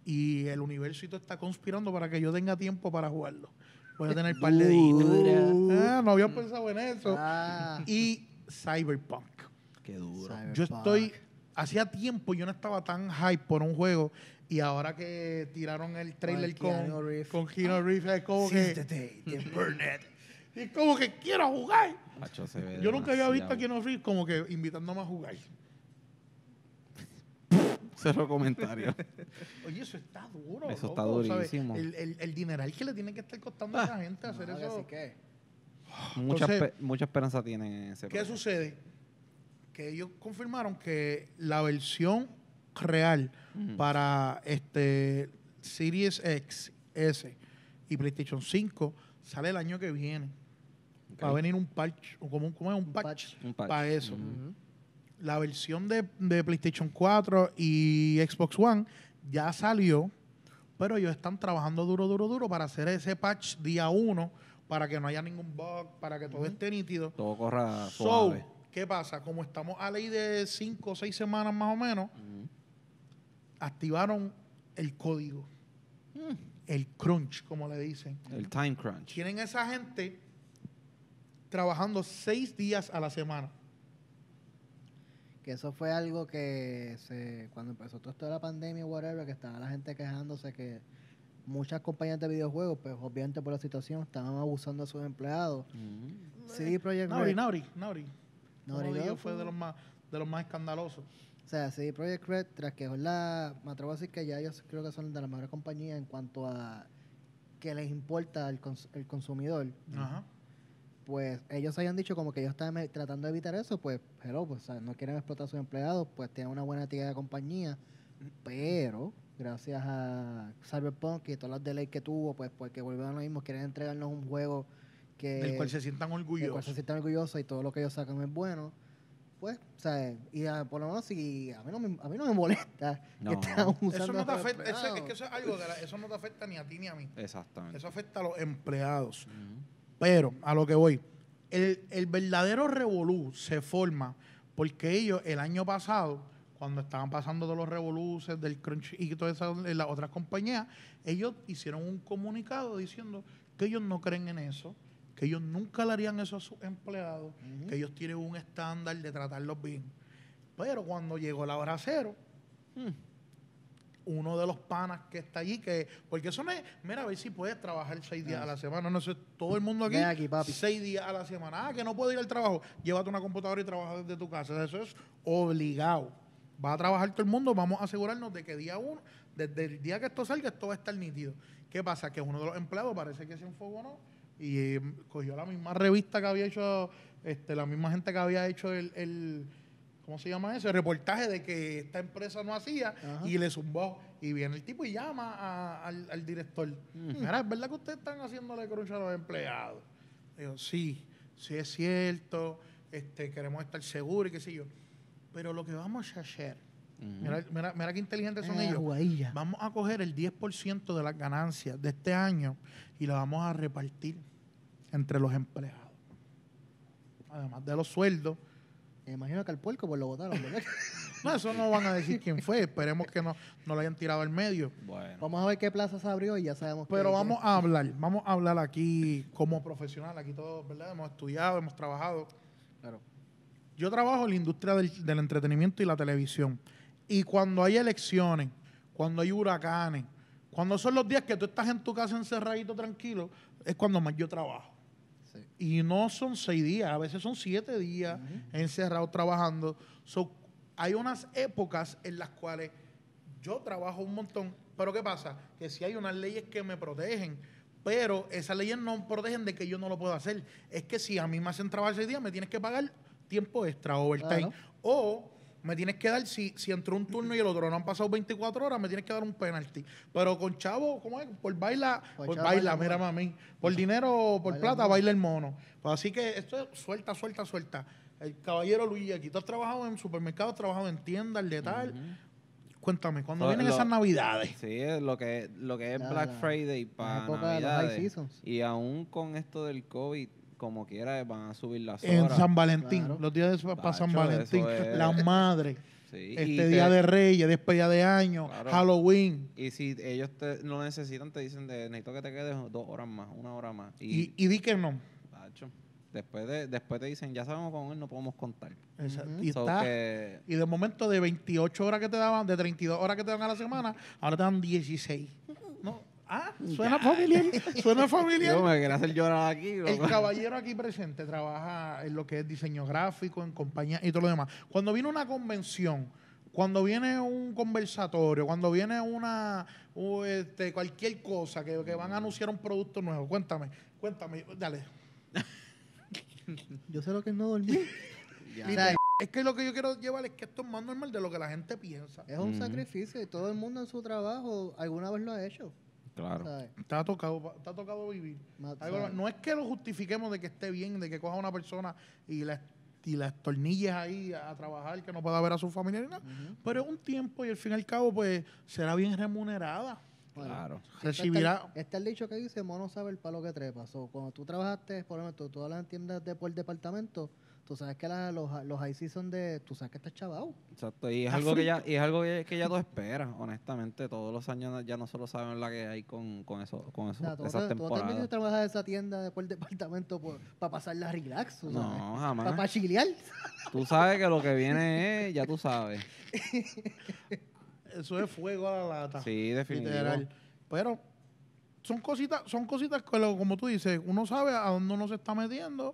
A: Y el universo y todo está conspirando para que yo tenga tiempo para jugarlo. Voy a tener un par de días. Uh.
C: Uh.
A: Ah, no había pensado en eso.
D: Ah,
A: Y Cyberpunk.
C: Qué duro.
A: Yo estoy. Hacía tiempo yo no estaba tan hype por un juego. Y ahora que tiraron el trailer
D: Con
A: con,
D: Keanu Reeves.
A: con Keanu Reeves, es como
D: Cyberpunk.
A: que. Y es como que quiero jugar.
C: Macho, se ve
A: Yo nunca había
C: demasiado.
A: visto a Keanu Reeves como que invitándome a jugar.
C: Cerro comentario.
A: Oye, eso está duro.
C: Eso está
A: loco, ¿sabes?
C: durísimo.
A: El, el, el dineral que le tienen que estar costando a esa gente hacer
D: Ah. No, que
A: eso.
D: sí que-
C: mucha,
A: Entonces-
C: espe- mucha esperanza tiene en ese
A: ¿Qué
C: proyecto.
A: sucede? Que ellos confirmaron que la versión real
C: Ujú.
A: para este Series X, S y PlayStation 5 sale el año que viene.
C: Ok.
A: Va a venir un patch, o como, como es un, patch,
D: patch.
C: Un patch.
A: para eso.
E: Ujú.
A: La versión de, de PlayStation 4 y Xbox One ya salió, Pero ellos están trabajando duro, duro, duro para hacer ese patch día uno, para que no haya ningún bug, para que todo esté nítido.
C: Todo corra
D: Ah,
A: So,
C: suave.
A: ¿qué pasa? Como estamos a ley de cinco o seis semanas más o menos,
C: Ujú.
A: activaron el código.
D: Mm.
A: El crunch, como le dicen.
C: El time crunch.
A: Tienen esa gente trabajando seis días a la semana.
D: Que eso fue algo que se, cuando empezó todo esto de la pandemia, whatever, que estaba la gente quejándose que muchas compañías de videojuegos, pues obviamente por la situación, estaban abusando de sus empleados.
C: Ujú.
D: Sí, Project
A: Nauri,
D: Red.
A: Nauri, Nauri.
D: Naughty
A: Uno de ellos
D: Dog
A: fue de los más, de los más escandalosos.
D: O sea, CD Projekt Red, tras que es la, me atrevo a decir que ya ellos creo que son de las mejores compañías en cuanto a que les importa el, cons- el consumidor,
A: Ajá.
D: pues ellos habían dicho como que ellos estaban eh, tratando de evitar eso, pues hello, pues o sea, no quieren explotar a sus empleados, pues tienen una buena tía de compañía, pero gracias a Cyberpunk y todas las delays que tuvo, pues porque volvieron a lo mismo, quieren entregarnos un juego que
A: del cual se sientan
D: el Eh, cual
A: orgullosos.
D: se sientan orgullosos y todo lo que ellos sacan es bueno, pues, o sea, y ah, por lo menos si a mí no me, a mí no me molesta
C: No.
D: que están usando
A: Eso no te
D: a los
A: afecta, eso- es
D: empleados.
A: que eso es algo que la- eso no te afecta ni a ti ni a mí.
C: Exactamente. Mm,
A: Eso afecta a los empleados.
C: Ujú.
A: Pero a lo que voy, el, el verdadero revolú se forma porque ellos el año pasado, cuando estaban pasando todos los revoluces del Crunch y todas esas eh, las otras compañías, ellos hicieron un comunicado diciendo que ellos no creen en eso, que ellos nunca le harían eso a sus empleados, que ellos tienen un estándar de tratarlos bien. Pero cuando llegó la hora cero, uno de los panas que está allí, que porque eso no es, mira, a ver si puedes trabajar seis días a la semana, no sé, todo el mundo aquí,
D: Ven aquí, papi.
A: seis días a la semana, ah, que no puedo ir al trabajo, llévate una computadora y trabaja desde tu casa, eso es obligado. Va a trabajar todo el mundo, vamos a asegurarnos de que día uno, desde el día que esto salga, esto va a estar nítido. ¿Qué pasa? Que uno de los empleados parece que se enfogonó y eh, cogió la misma revista que había hecho, este, la misma gente que había hecho el, el- ¿cómo se llama eso? El reportaje de que esta empresa no hacía
D: Ajá.
A: y le zumbó. Y viene el tipo y llama a- al, al director. Mira, ¿es verdad que ustedes están haciéndole crunch a los empleados? Digo, sí, sí es cierto, este, queremos estar seguros y qué sé yo. Pero lo que vamos a hacer,
C: Ujú.
A: mira, mira, mira qué inteligentes son
D: Eh,
A: ellos.
D: jugadilla.
A: Vamos a coger el 10% de las ganancias de este año y la vamos a repartir entre los empleados. Además de los sueldos.
D: Me imagino que al puerco pues lo votaron, ¿verdad?
A: No, eso no van a decir quién fue. Esperemos que no, no lo hayan tirado al medio.
C: mm, Bueno.
D: vamos a ver qué plaza se abrió y ya sabemos
A: Pero
D: qué-
A: vamos a hablar, vamos a hablar aquí como profesional, aquí todos, ¿verdad? Hemos estudiado, hemos trabajado.
D: Claro.
A: Yo trabajo en la industria del, del entretenimiento y la televisión. Y cuando hay elecciones, cuando hay huracanes, cuando son los días que tú estás en tu casa encerradito tranquilo, es cuando más yo trabajo.
D: Sí.
A: Y no son seis días, a veces son siete días encerrados trabajando. So, hay unas épocas en las cuales yo trabajo un montón, pero ¿qué pasa? Que si hay unas leyes que me protegen, pero esas leyes no protegen de que yo no lo puedo hacer. Es que si a mí me hacen trabajar seis días, me tienes que pagar tiempo extra, overtime.
D: Claro.
A: O me tienes que dar, si, si entró un turno y el otro no han pasado 24 horas, me tienes que dar un penalti. Pero con chavo, ¿cómo es? Por baila, por,
D: Por Pues chavo,
A: baila,
D: baila
A: mira
D: mono.
A: mami. Por dinero o por
D: Baila
A: plata,
D: mono.
A: baila el mono. Pues así que esto es suelta, suelta, suelta. El caballero Luis, aquí tú has trabajado en supermercados, has trabajado en tiendas, de tal.
C: Mm-hmm.
A: Cuéntame, ¿cuándo
C: Lo-
A: vienen
C: lo-
A: esas navidades?
C: Sí, es lo que, lo que es
D: La-
C: Black
D: la-
C: Friday para
D: época de los high
C: Navidades.
D: seasons.
C: Y aún con esto del COVID, como quiera, van a subir las horas.
A: En San Valentín,
D: Claro.
A: los días de, para
C: Tacho,
A: San Valentín,
C: eso es.
A: la madre,
C: Sí, y
A: este
C: te-
A: día de Reyes, despedida de año,
C: Claro.
A: Halloween.
C: Y si ellos te, lo necesitan, te dicen, de, necesito que te quedes dos horas más, una hora más.
A: Y,
C: Y,
A: y di que no.
C: tacho, después, de, después te dicen, ya sabemos con él, no podemos contar.
A: Esa-
D: Ujú.
A: y,
C: So
A: está-
C: que-
A: y de momento de 28 horas que te daban, de 32 horas que te dan a la semana, ahora te dan 16. No, ah, suena familiar, suena familiar.
C: Yo me quería hacer llorar aquí.
A: El
C: loco.
A: caballero aquí presente trabaja en lo que es diseño gráfico, en compañía y todo lo demás. Cuando viene una convención, cuando viene un conversatorio, cuando viene una u- este, cualquier cosa que, que van a anunciar un producto nuevo, cuéntame, cuéntame, dale.
D: Yo sé lo que es no dormir.
C: Ya.
D: O sea,
A: Es que lo que yo quiero llevar es que esto es más normal de lo que la gente piensa.
D: es un
C: Ujú.
D: sacrificio y todo el mundo en su trabajo alguna vez lo ha hecho.
C: Claro.
D: ¿sabes?
A: Está tocado, pa- está tocado vivir.
D: Ma-
A: Algo-
D: ¿sabes?
A: no es que lo justifiquemos de que esté bien, de que coja a una persona y la, y la estornilles ahí a, a trabajar, que no pueda ver a su familia ni nada.
D: Ujú.
A: Pero es un tiempo y al fin y al cabo, pues será bien remunerada.
D: Bueno,
C: Claro.
D: siempre está el-
A: Recibirá-
D: Está el dicho que dice, mono sabe el palo que trepa. So, cuando tú trabajaste, por ejemplo, tú- todas las tiendas de, por departamento, tú sabes que la- los, los high season de... Tú sabes que estás chavado.
C: Exacto, y es
A: Está
C: algo que ya, y es algo que, que ya tú esperas, honestamente. Todos los años ya nosotros sabemos la que hay con, con eso, con
D: O
C: eso,
D: sea, tú, no
C: esas
D: te- tú no te has metido a
C: temporadas.
D: trabajar en esa tienda de por departamento para pasarla relax, tú sabes.
C: No,
D: Para
C: jamás.
D: chilear.
C: Tú sabes que lo que viene es, ya tú sabes.
A: Eso es fuego a la lata.
C: Sí, definitivo.
A: literal. Pero son cositas, son cositas que lo- como tú dices, uno sabe a dónde uno se está metiendo.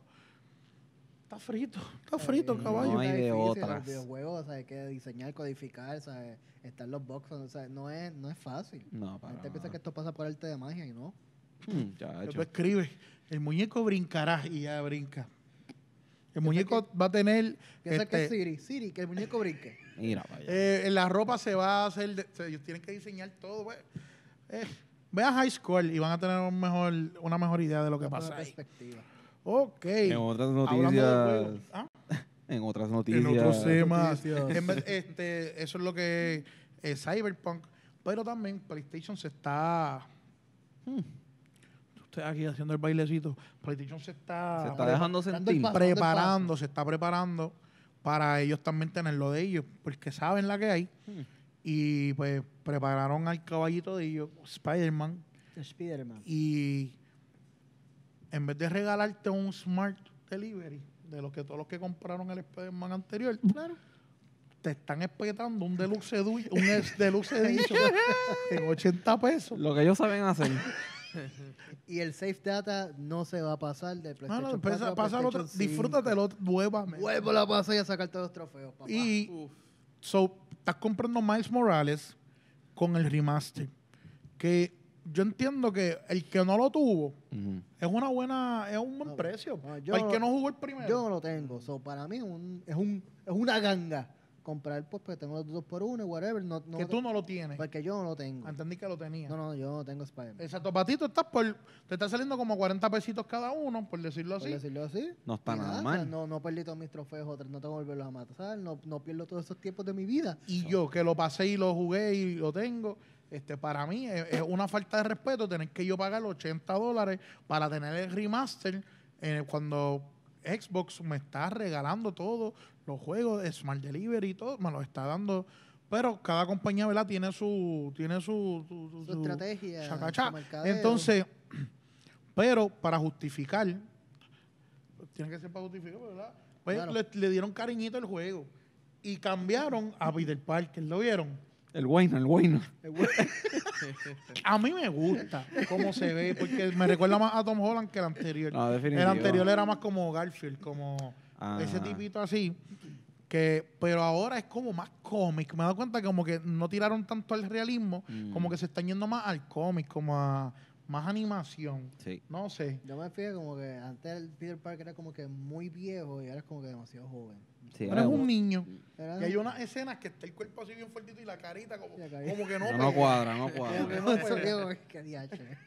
A: Está frito, está frito,
D: Eh,
A: caballo.
C: No hay
D: está
C: de
D: difícil,
C: otras.
D: Los videojuegos, ¿sabes? Hay que diseñar, codificar, ¿sabes? Están los boxes, o sea, no es, no es fácil.
C: No,
D: La
C: para
D: gente piensa
C: nada.
D: que esto pasa por arte de magia y no.
C: Hmm, ya,
A: Que
C: hecho.
A: tú escribes, el muñeco brincará y ya brinca. El muñeco va a tener,
D: Piensa que es
A: este,
D: Siri, Siri, que el muñeco brinque.
C: Mira, vaya.
A: eh, la ropa se va a hacer, de- o sea, ellos tienen que diseñar todo. pues. Eh, ve a High School y van a tener un mejor, una mejor idea de lo que
D: Otra
A: pasa ahí.
D: perspectiva.
A: Ok.
C: En otras
A: Hablando de
C: noticias.
A: juegos. ¿Ah?
C: En otras
A: En
C: noticias.
A: otros temas.
D: Noticias.
A: En vez- este, eso es lo que es eh, Cyberpunk. Pero también PlayStation se está.
C: Hmm.
A: Usted aquí haciendo el bailecito. PlayStation se está,
C: Se está dejando
D: Dando el
C: sentir.
D: paso.
A: preparando, se está preparando para ellos también tener lo de ellos, porque saben la que hay.
C: Hmm.
A: Y pues prepararon al caballito de ellos, Spider-Man,
D: Spiderman.
A: y en vez de regalarte un Smart Delivery, de los que todos los que compraron el Spider-Man anterior, te están espetando un deluxe, edu- un ex deluxe edition en 80 pesos.
C: Lo que ellos saben hacer.
D: Y el safe data no se va a pasar de
A: No,
D: PlayStation
A: no,
D: 4
A: pasa-
D: a
A: pásalo otra-
D: PlayStation 5.
A: disfrútatelo nuevamente.
D: Vuelvo la pasa y a sacar todos los trofeos, papá.
A: Y
E: Uf.
A: so, estás comprando Miles Morales con el remaster. Que yo entiendo que el que no lo tuvo
C: Ujú.
A: es una buena, es un buen
D: No,
A: precio.
D: no,
A: Para
D: yo-
A: el que no jugó el primero.
D: Yo no lo tengo. So, para mí un- es, un, es una ganga comprar, pues, porque tengo los dos por uno, whatever. No, no
A: que
D: lo
A: tú
D: te-
A: no lo tienes.
D: Porque yo no lo tengo.
A: Entendí que lo tenía.
D: No, no, yo no tengo Spider-Man.
A: Exacto, para ti tú estás por, te está saliendo como 40 pesitos cada uno, por decirlo
D: Por
A: así.
D: decirlo así.
C: No está
D: y
C: nada
D: o sea,
C: mal.
D: No, no perdí todos mis trofeos, otros, no tengo que volverlos a matar. No, no pierdo todos esos tiempos de mi vida.
A: Y yo que lo pasé y lo jugué y lo tengo, este para mí es, es una falta de respeto tener que yo pagar 80 dólares para tener el remaster eh, cuando Xbox me está regalando todos los juegos, de Smart Delivery y todo, me los está dando. Pero cada compañía ¿verdad? tiene su, tiene su, su- su-
D: Su
A: su-
D: estrategia,
A: chacachá.
D: su mercadeo.
A: Entonces, pero para justificar, tiene que ser para justificar, ¿verdad? Pues
D: Claro.
A: le, le dieron cariñito al juego y cambiaron a Peter Parker, ¿lo vieron?
C: El bueno, el bueno.
A: A mí me gusta cómo se ve, porque me recuerda más a Tom Holland que el anterior.
C: No,
A: el
C: definitivo.
A: anterior era más como Garfield, como
C: Ajá.
A: ese tipito así. Que, pero ahora es como más cómic. Me he dado cuenta que como que no tiraron tanto al realismo,
C: Mm.
A: como que se están yendo más al cómic, como a más animación.
C: Sí.
A: No sé.
D: Yo me fijé como que antes el Peter Parker era como que muy viejo y ahora es como que demasiado joven.
C: sí
A: Pero es
C: ahora-
A: un niño.
D: Era-
A: Y hay unas escenas que está el cuerpo así bien fuertito y la carita como,
D: Y la carita.
A: como que no.
C: No, no
A: pega.
C: cuadra, no
D: como que
C: cuadra.
D: no, eso, Diego, qué diache.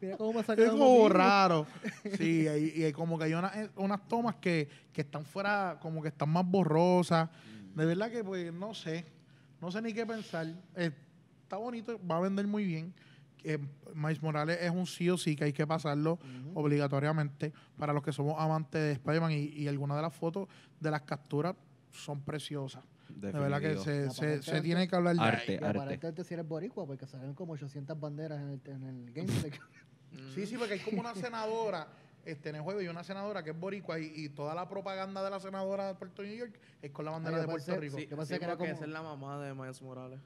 D: Mira cómo me ha sacado
A: Es como
D: vivo.
A: raro. Sí, hay- y hay como que hay unas- eh, unas tomas que, que están fuera, como que están más borrosas.
C: Mm.
A: De verdad que, pues, no sé. No sé ni qué pensar. Eh, está bonito, va a vender muy bien. Eh, Miles Morales es un sí o sí que hay que pasarlo
D: Ujú.
A: obligatoriamente para los que somos amantes de Spider-Man y, y algunas de las fotos de las capturas son preciosas. De verdad que
C: Definitivo.
A: se, se- se
D: Aparentemente-
A: tiene que hablar de
C: Arte.
A: ahí.
D: Y
C: arte.
D: aparentemente si eres boricua, porque salieron como 800 banderas en el, en el gameplay.
E: mm,
A: Sí, sí, porque hay como una senadora este, en el juego y una senadora que es boricua y, y toda la propaganda de la senadora de Puerto New York es con la bandera
D: Ah, yo
A: de Puerto
D: pensé-
A: Rico.
E: Sí,
D: Yo pensé
E: sí,
D: que era
E: porque
D: como-
E: esa es la mamá de Miles Morales.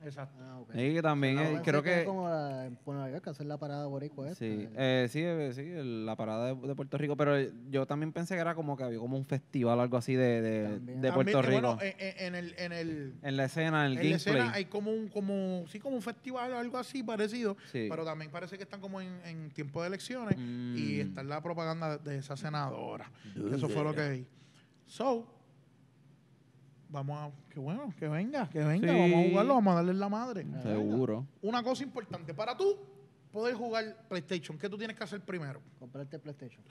A: Exacto.
D: Ah, ok.
C: Y que también eh,
D: Pensé
C: creo
D: era
C: que.
D: como la, en Nueva York, hacer la parada boricua esta.
C: Sí,
D: El-
C: eh, sí, eh, sí, el- la parada de, de Puerto Rico, pero yo también pensé que era como que había como un festival o algo así de, de,
D: También.
C: de Puerto
A: También, eh,
C: Rico.
A: bueno, en, en- en el, en el-
C: en la escena, en el
A: en la
C: gameplay.
A: escena hay como un, como, sí, como un festival o algo así parecido,
C: Sí.
A: pero también parece que están como en, en tiempo de elecciones y
C: Mm.
A: está la propaganda de, de esa senadora. Eso fue lo que vi. So, vamos a, que bueno, que venga, que venga,
C: Sí.
A: vamos a jugarlo, vamos a darle la madre.
C: Ah. Seguro.
A: Una cosa importante para tú poder jugar PlayStation, ¿qué tú tienes que hacer primero?
D: Comprarte PlayStation.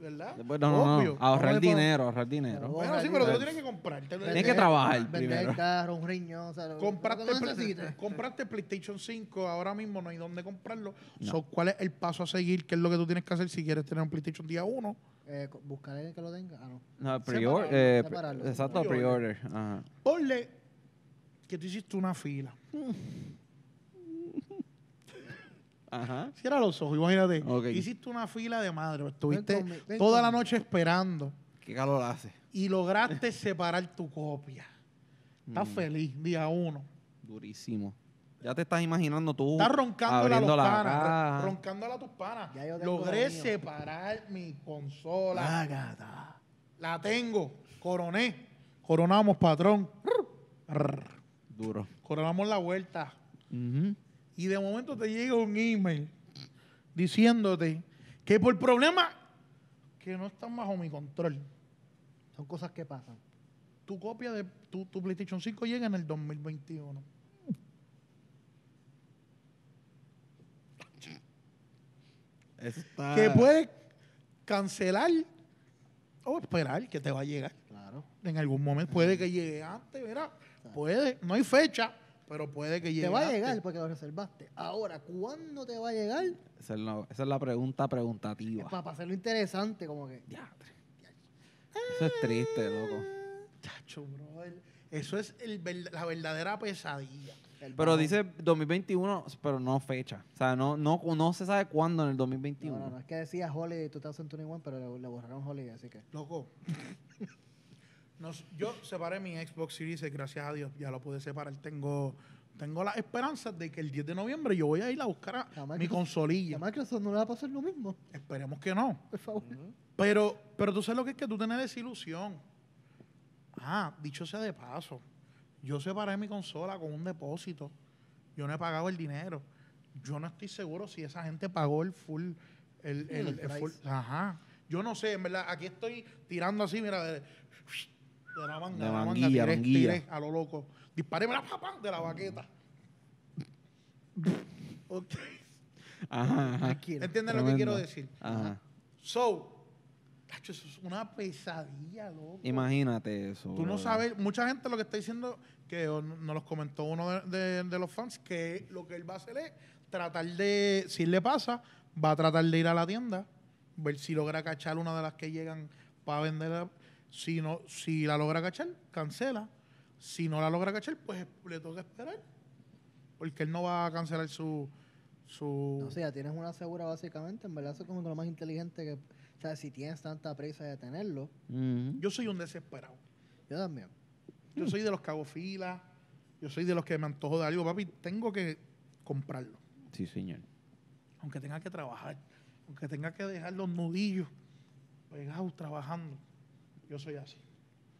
A: ¿Verdad?
C: Bueno, Pues no,
A: Obvio.
C: no, ahorrar
D: Obvio, pues.
C: dinero, ahorrar dinero.
A: Bueno, sí, pero tú lo tienes que comprar. te lo-
C: Tienes que trabajar
D: Vender
C: primero.
D: el carro, un riñón. O sea, lo-
A: Compraste,
D: lo que
A: Play-
D: necesites.
A: compraste PlayStation 5, ahora mismo no hay dónde comprarlo.
C: No.
A: So, ¿Cuál es el paso a seguir? ¿Qué es lo que tú tienes que hacer si quieres tener un PlayStation día 1?
D: Eh, co- buscar el que lo tenga. Ah, no.
C: No,
A: Separarlo,
C: pre-order. eh, pre-
D: separarlo.
C: exacto,
A: Pre-order.
C: pre-order. Ajá.
A: Ponle que tú hiciste una fila.
C: Ajá.
A: Cierra los ojos, imagínate.
C: Ok.
A: Hiciste una fila de madre, estuviste
D: Ven conmigo, ven
A: toda la
D: conmigo.
A: noche esperando
C: Qué calor hace.
A: y lograste separar tu copia. Estás
C: Mm.
A: feliz, día 1.
C: Durísimo. Ya te estás imaginando tú.
A: Estás roncándole a los
C: abriendo la
A: panas.
C: caja.
A: ro- Roncándole a tus panas.
D: Ya yo tengo
A: Logré
D: lo mío.
A: separar mi consola. La tengo. Coroné. Coronamos, patrón. Rrr.
C: Duro.
A: Coronamos la vuelta.
C: Ujú.
A: Y de momento te llega un email diciéndote que por problemas que no están bajo mi control,
D: Son cosas que pasan.
A: tu copia de tu, tu PlayStation 5 llega en el 2021.
C: Eso está-
D: Ah.
A: Que puedes cancelar o esperar que te va a llegar.
D: Claro.
A: En algún
D: Ah.
A: momento puede que llegue antes, mira, puede, no hay fecha, pero puede que llegue.
D: Te va a
A: antes.
D: llegar porque lo reservaste. Ahora, ¿cuándo te va a llegar?
C: Esa es la, esa es la pregunta preguntativa.
D: Para hacerlo interesante, como que.
C: Diatre. Eso es triste, loco.
A: Chacho, brother. Eso es el ver- la verdadera pesadilla.
D: el
C: Pero
D: bajón.
C: dice 2021, pero no fecha. O sea, no, no, no se sabe cuándo en el
D: No,
C: 2021.
D: no, no, es que decía Holiday 2021, pero le, le borraron Holiday, así que.
A: Loco. Nos- yo separé mi Xbox Series, X, gracias a Dios, ya lo pude separar. Tengo, tengo las esperanzas de que el 10 de noviembre yo voy a ir a buscar a
D: La Microsoft-
A: mi
D: Y a
A: consolilla.
D: Microsoft no le va a pasar lo mismo,
A: Esperemos que no.
D: por favor.
A: Pero, pero tú sabes lo que es que tú tienes desilusión. Ah, dicho sea de paso, yo separé mi consola con un depósito. Yo no he pagado el dinero. Yo no estoy seguro si esa gente pagó el full. El, el-
D: El
A: el full-
D: price.
A: Ajá. Yo no sé, en verdad, aquí estoy tirando así, mira, de, de la manga, de
C: De
A: la manga,
C: manguilla,
A: tiré,
C: manguilla.
A: tiré a lo loco. Disparé, mira, pa, pa, de la baqueta. Ok.
C: Ajá, ajá.
D: Tranquilo.
A: ¿Entiendes lo que
C: Tremendo.
A: quiero decir?
C: Ajá.
A: So, tacho, eso es una pesadilla, loco.
C: Imagínate eso.
A: Tú no
C: brother.
A: sabes, mucha gente lo que está diciendo, que o- nos los comentó uno de, de- de los fans, que lo que él va a hacer es tratar de, si le pasa, va a tratar de ir a la tienda, ver si logra cachar una de las que llegan para venderla. Si, no, si la logra cachar, cancela. Si no la logra cachar, pues le toca esperar. Porque él no va a cancelar su... su
D: No, o sea, tienes una segura básicamente, en verdad, eso es como que lo más inteligente que. O sea, si tienes tanta prisa de tenerlo,
C: Ujú.
A: Yo soy un desesperado.
D: yo también.
A: Yo soy de los que hago fila. Yo soy de los que me antojo de algo, papi. Tengo que comprarlo.
C: Sí, señor.
A: Aunque tenga que trabajar. Aunque tenga que dejar los nudillos pegados trabajando. Yo soy así.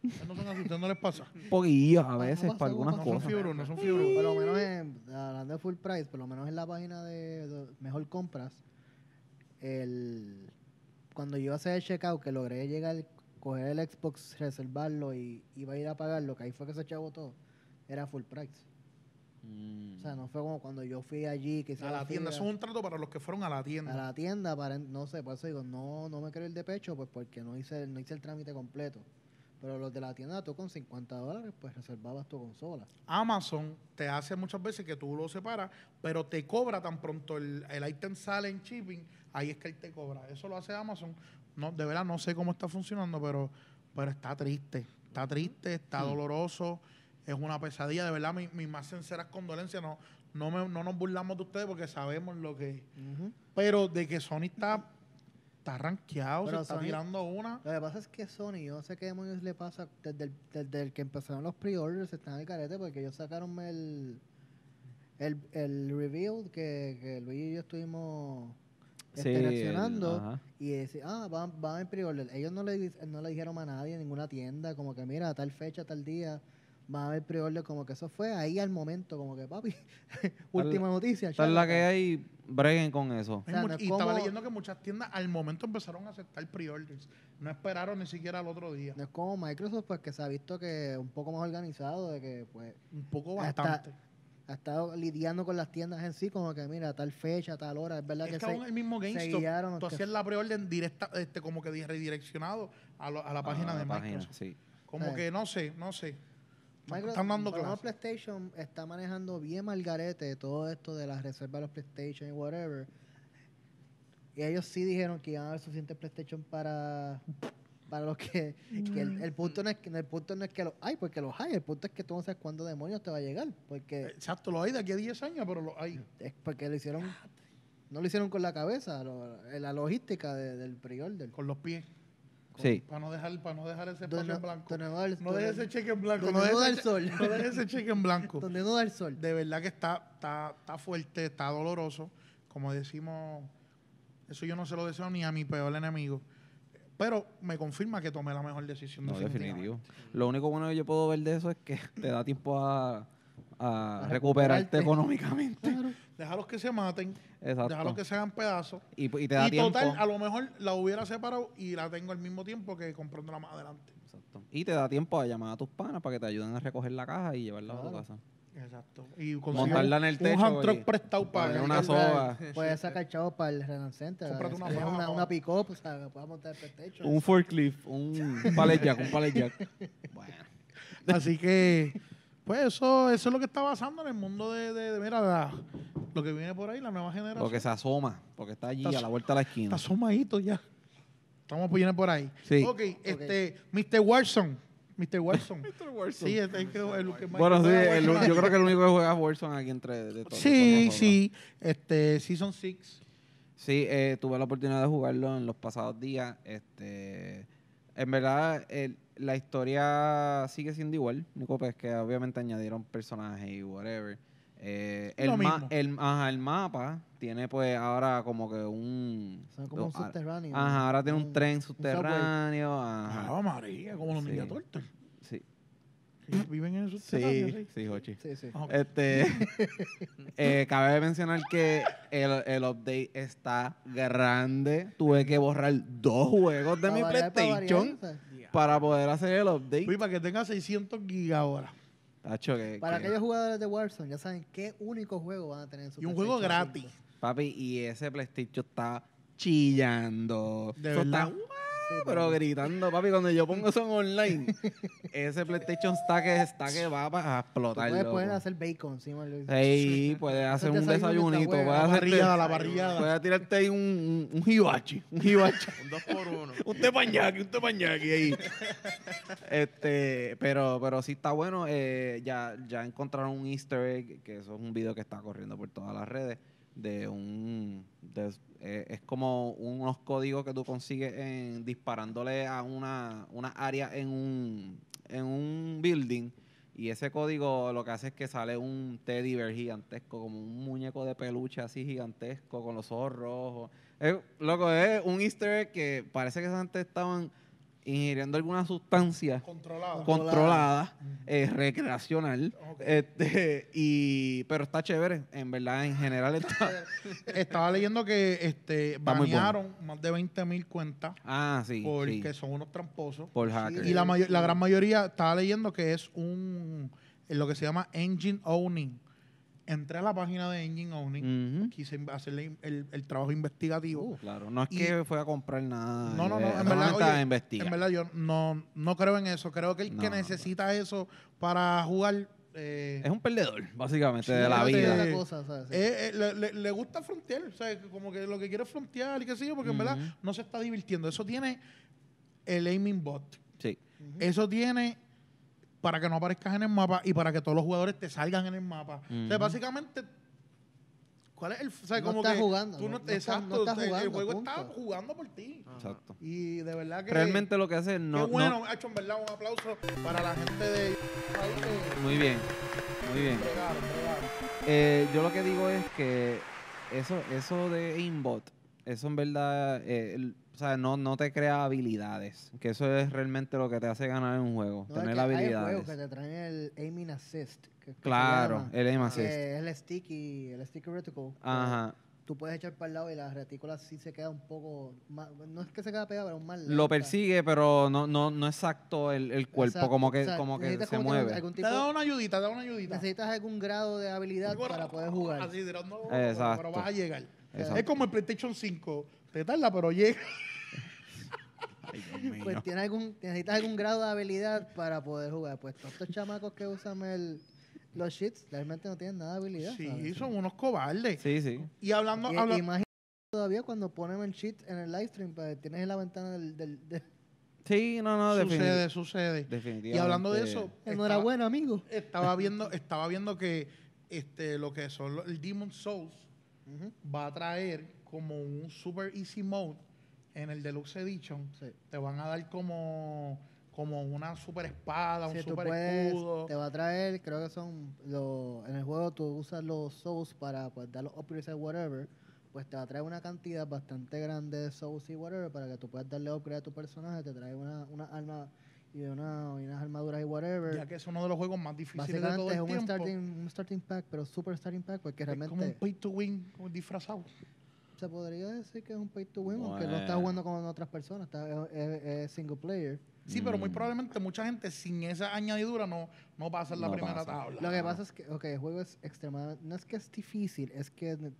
A: Ustedes no son así, ustedes no les pasa.
C: Un poquillo a
D: no
C: veces
D: pasa,
C: para
D: no
C: algunas
A: No son
C: cosas.
A: fiebros, no son
D: Por
A: fiebros.
D: lo menos, en, hablando de full price, por lo menos en la página de, de Mejor Compras, el, cuando yo hacía el checkout, que logré llegar, coger el Xbox, reservarlo y iba a ir a pagarlo, que ahí fue que se chavo todo, era full price.
C: Mm.
D: O sea, no fue como cuando yo fui allí, que hice
A: A la tienda. Eso
D: fila,
A: es un trato para los que fueron a la
D: a
A: tienda.
D: la tienda, para, no sé, por eso digo, no, no me quiero ir de pecho, pues porque no hice, no hice el trámite completo. Pero los de la tienda, tú con 50 dólares, pues reservabas tu consola.
A: Amazon te hace muchas veces que tú lo separas, pero te cobra tan pronto el, el item sale en shipping, ahí es que él te cobra. Eso lo hace Amazon. No, de verdad no sé cómo está funcionando, pero, pero está triste. Está triste, está
D: Mm.
A: doloroso, es una pesadilla. De verdad, mi- mis más sinceras condolencias. No, no, me- no nos burlamos de ustedes porque sabemos lo que... Pero de que Sony está, está rankeado,
D: Pero
A: se está
D: Sony-
A: tirando una...
D: Lo que pasa es que Sony, yo no sé qué demonios le pasa desde el, desde el que empezaron los pre-orders, están al carete porque ellos sacaron el, el, el review que, que Luis y yo estuvimos
C: Sí,
A: este,
D: interaccionando
C: el- ajá.
D: y decían, ah, van, van en pre-order. Ellos no le, di- no le dijeron a nadie, en ninguna tienda, como que mira, tal fecha, tal día, van a haber pre-order, como que eso fue ahí al momento, como que papi, última noticia.
C: Esta es la
D: chácate.
C: que hay, breguen con eso.
D: O sea,
A: Hay mu-
D: no es
A: y estaba
D: como-
A: leyendo que muchas tiendas al momento empezaron a aceptar pre-orders. No esperaron ni siquiera al otro día.
D: No es como Microsoft, pues que se ha visto que un poco más organizado, de que pues
A: Un poco
D: Hasta-
A: bastante.
D: ha estado lidiando con las tiendas en sí, como que mira, tal fecha, tal hora, es verdad
A: Es
D: que
A: que aún
D: se-
A: el mismo
D: se
A: GameStop,
D: guiaron,
A: tú
D: que-
A: hacías la preorden directa, este, como que redireccionado a, lo- a la página
C: Ah,
A: de
C: la página,
A: Microsoft.
C: sí.
A: Como
D: Sí.
A: que no sé, no sé.
D: Micro-
A: Están dando
D: por lo menos
A: clases.
D: PlayStation está manejando bien malgarete todo esto de las reservas de los PlayStation y whatever. Y ellos sí dijeron que iban a haber suficientes PlayStation para para los que, que el, el punto no es que el punto no es que los hay, porque los hay, el punto es que tú no sabes cuándo demonios te va a llegar, porque
A: Exacto, lo hay de aquí a 10 años, pero lo hay.
D: es porque lo hicieron no lo hicieron con la cabeza, lo- la logística de- del pre-order.
A: Con los pies.
C: Sí.
A: Para no dejar, para no dejar ese
D: Donde
A: espacio
D: no-
A: en blanco.
D: donde no da el-
A: No dejes ese
D: donde-
A: cheque en blanco.
D: donde
A: No
D: no da
A: dejes
D: el
A: ese,
D: sol.
A: no dejes ese cheque en blanco.
D: donde no da el sol.
A: De verdad que está, está, está fuerte, está doloroso. Como decimos, eso yo no se lo deseo ni a mi peor enemigo. Pero me confirma que tomé la mejor decisión.
C: No,
A: definitivamente.
C: definitivo. Lo único bueno que yo puedo ver de eso es que te da tiempo a, a
D: A recuperarte.
C: recuperarte económicamente.
D: Claro.
A: Déjalos que se maten, déjalos
C: Exacto.
A: que se hagan pedazos.
C: Y, y te da
A: Y
C: tiempo.
A: total, a lo mejor la hubiera separado y la tengo al mismo tiempo que comprándola más adelante.
C: Exacto. Y te da tiempo a llamar a tus panas para que te ayuden a recoger la caja y llevarla a tu
D: Claro.
C: casa.
A: Exacto. Y conseguir
C: Montarla en el
A: un hand
C: techo.
A: truck
C: y-
A: prestado para
C: poner una
A: cargar-
C: soga.
D: Puedes sacar chavo para Pues el renancente.
A: Cómprate
D: ¿verdad?
A: una
D: Si tienes
A: faja,
D: una,
A: cabrón.
D: una pick-up, o sea, que puedas montar el techo.
C: Un forklift, un un pallet jack, un pallet jack. Bueno.
A: Así que, pues eso, eso es lo que está pasando en el mundo de, de- de- mira, la- lo que viene por ahí, la nueva generación.
C: Lo que se asoma, porque está allí
A: Está
C: a la vuelta de la esquina.
A: Está asomadito ya. Estamos poniendo por ahí.
C: Sí.
A: Ok, este, Mr. Watson. Mr. Watson. Sí, este es el, el que más-
C: Bueno, sí,
A: que más-
C: el- yo creo que el único que juega es Warzone aquí entre de todos
A: Sí,
C: nosotros.
A: sí. Este, Season 6.
C: Sí, eh, tuve la oportunidad de jugarlo en los pasados días. Este, en verdad, el- la historia sigue siendo igual. Lo único pues, que obviamente añadieron personajes y whatever. Eh, el,
A: Lo
C: ma-
A: mismo.
C: el, ajá, el mapa tiene pues ahora como que un...
D: Son como un
C: ah,
D: subterráneo.
C: Ajá, ahora tiene un tren
D: subway.
C: subterráneo. Ajá.
A: Ah, María, como los
C: Sí.
A: niños tortos.
C: Sí,
A: Sí, Viven en esos terrenos,
C: sí, sí, Jochi.
D: Sí, sí.
A: Ah, ok.
C: Este, eh, cabe mencionar que el, el update está grande. Tuve que borrar dos juegos de
D: Pa'
C: mi
D: variar, pa' variar,
C: PlayStation
D: o sea,
C: para poder hacer el update.
A: Uy, para que tenga 600 gigas ahora.
C: Tacho, que-
D: Para
C: que-
D: aquellos jugadores de Warzone, ya saben qué único juego van a tener en su
A: Y un juego
D: PlayStation
A: gratis.
D: cinco.
C: Papi, y ese PlayStation está chillando.
A: De
C: Eso está
A: verdad.
C: guau, pero gritando, papi, cuando yo pongo eso en online, ese PlayStation está que, está que va a
D: Tú
C: explotar.
D: puedes
C: loco. Eh,
D: poder hacer bacon, sí, Luis.
C: Ey, puedes hacer un
D: desayunito,
C: desayunito,
D: güey,
C: puedes
D: la
A: La
C: hacerte-
A: barriada, la barriada.
C: Voy a tirarte ahí un, un, un hibachi, un hibachi.
E: Un 2 por 1
C: un tepañaki, un tepañaki ahí. Este, pero, pero sí está bueno. eh, ya, ya encontraron un easter egg, que eso es un video que está corriendo por todas las redes, de un... de- eh, es como unos códigos que tú consigues en, disparándole a una, una área en un, en un building. Y ese código lo que hace es que sale un teddy bear gigantesco, como un muñeco de peluche así gigantesco, con los ojos rojos. Es, loco, es un easter egg que parece que esa gente estaban ingiriendo alguna sustancia
A: Controlado.
C: controlada, eh, recreacional.
A: Ok.
C: Este, y, pero está chévere, en verdad, en general está.
A: Estaba leyendo que este,
C: muy bueno.
A: banearon más de 20 mil cuentas
C: ah, sí. sí,
A: porque son unos tramposos.
C: por hacker.
A: Y la, mayo- la gran mayoría estaba leyendo que es un eh, lo que se llama engine owning. Entré a la página de engine owning,
C: Ujú.
A: quise in- hacerle in- el, el trabajo investigativo.
C: Uh, claro, no es
A: Y-
C: que fue a comprar nada. eh,
A: no, no, no, en verdad,
C: solamente a
A: oye,
C: investigar.
A: en verdad yo no, no creo en eso. Creo que el
C: No,
A: que
C: no,
A: necesita eso para jugar eh,
C: es un perdedor, básicamente,
A: Sí,
C: de la
A: fíjate,
C: vida.
A: eh,
D: cosa, o sea, sí.
A: eh, eh, le, le- le gusta frontear, o sea, que como que lo que quiere es frontear y qué sé yo, porque en verdad
C: Ujú.
A: no se está divirtiendo. Eso tiene el aiming bot.
C: Sí.
A: Eso tiene para que no aparezcas en el mapa y para que todos los jugadores te salgan en el mapa. O sea,
C: Ujú.
A: básicamente, ¿cuál es el.? O sea,
D: No
A: como
D: estás
A: que
D: jugando,
A: tú
D: no-
A: no-
D: no estás-
A: exacto,
D: no estás
A: el- el
D: jugando,
A: juego está
D: punto.
A: jugando por ti.
C: Exacto.
A: Y de verdad que.
C: Realmente lo que hace es no,
A: qué
C: no-
A: bueno, ha hecho en verdad un aplauso para la gente de. Ahí que
C: Muy bien, muy bien.
A: entregaron, entregaron.
C: Eh, yo lo que digo es que eso, eso de aimbot, eso en verdad, eh, el- o sea, no, no te crea habilidades, que eso es realmente lo que te hace ganar en un juego,
D: No, es
C: tener
D: que Hay
C: habilidades.
D: juegos que te traen el aiming assist. que- que se
C: Claro,
D: llama,
C: el aim
D: que
C: assist.
D: es el sticky, el sticky reticle.
C: Ajá.
D: tú puedes echar para el lado y la retícula sí se queda un poco más, no es que se queda pegada, pero es más
C: Lo
D: lenta.
C: persigue, pero no, no, no exacto el, el cuerpo,
D: Exacto,
C: como que,
D: o sea,
C: como que
D: necesitas
C: se
D: como que
C: mueve.
D: algún
A: Te
D: tipo-
A: da una ayudita, te da una ayudita.
D: necesitas algún grado de habilidad para poder jugar.
A: Así, tirando,
C: Exacto.
A: pero vas a llegar.
C: Exacto.
A: Es como el PlayStation 5. Te tarda, pero llega.
B: Ay, Dios
D: Pues
B: mío.
D: tiene algún, necesitas algún grado de habilidad para poder jugar. Pues todos estos chamacos que usan el, los shits realmente no tienen nada de habilidad.
A: Sí,
D: ¿sabes?
A: son unos cobardes.
C: Sí, sí.
A: Y hablando,
D: Y,
A: habla-
D: y más todavía cuando ponen el cheat en el live stream, pues, tienes en la ventana del... del, del-
C: Sí, no, no, defini-
A: sucede, sucede.
C: definitivamente.
A: Y hablando de eso, estaba,
D: Enhorabuena, amigo.
A: estaba viendo, estaba viendo que este, lo que son los- el Demon Souls
D: Ujú.
A: va a traer como un super easy mode en el Deluxe Edition.
D: Sí.
A: Te van a dar como, como una super espada,
D: Sí,
A: un
D: tú
A: super
D: puedes-
A: escudo.
D: te va a traer, creo que son los, en el juego tú usas los souls para pues, dar los upgrades a whatever, pues te va a traer una cantidad bastante grande de souls y whatever para que tú puedas darle upgrade a tu personaje, te trae una, una arma y, una, y unas armaduras y
A: Ya
D: whatever.
A: que es uno de los juegos más difíciles de todo
D: Básicamente es
A: el
D: un
A: tiempo.
D: starting, un starting pack, pero super starting pack, porque
A: Es como un
D: realmente
A: pay to win como disfrazado.
D: se podría decir que es un pay to win, aunque no
C: Bueno.
D: estás jugando con otras personas, estás- es, es- es single player.
A: Sí, pero muy
C: Mm.
A: probablemente mucha gente sin esa añadidura no, no pasa en la
C: No
A: primera
C: pasa.
A: tabla.
D: Lo que pasa es que, ok, el juego es extremadamente. No es que es difícil, es que n-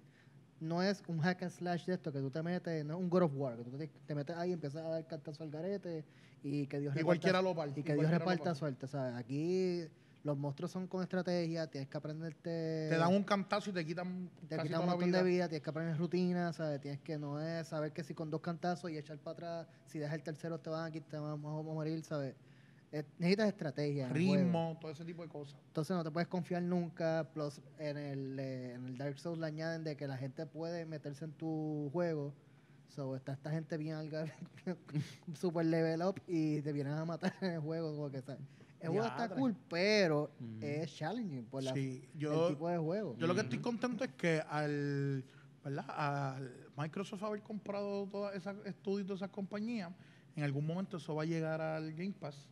D: no es un hack and slash de esto que tú te metes, no es un God of War, que tú te, te metes ahí y empiezas a dar cartas al garete y que Dios
A: y
D: reparta-
A: cualquiera lo parte.
D: y que Dios reparta suerte, ¿sabes? Aquí los monstruos son con estrategia, tienes que aprenderte.
A: Te dan un cantazo y te quitan
D: Te
A: casi toda
D: quitan un
A: la
D: montón
A: vida.
D: de vida, tienes que aprender rutina, ¿sabes? Tienes que no es saber que si con dos cantazos y echar para atrás, si dejas el tercero te van aquí, te van vamos a morir, ¿sabes? Eh, necesitas estrategia. en el juego.
A: ritmo, todo ese tipo de cosas.
D: Entonces no te puedes confiar nunca. Plus, en el, eh, en el Dark Souls le añaden de que la gente puede meterse en tu juego. So, está esta gente bien al garete, super level up y te vienen a matar en el juego. Como que, ¿sabes? El juego está
A: Diadre.
D: cool, pero
C: Ujú.
D: es challenging por la,
A: Sí,
D: el
A: yo,
D: tipo de juego.
A: yo lo que estoy contento es que al, ¿verdad? al Microsoft haber comprado todas esas estudios de esas compañías, en algún momento eso va a llegar al Game Pass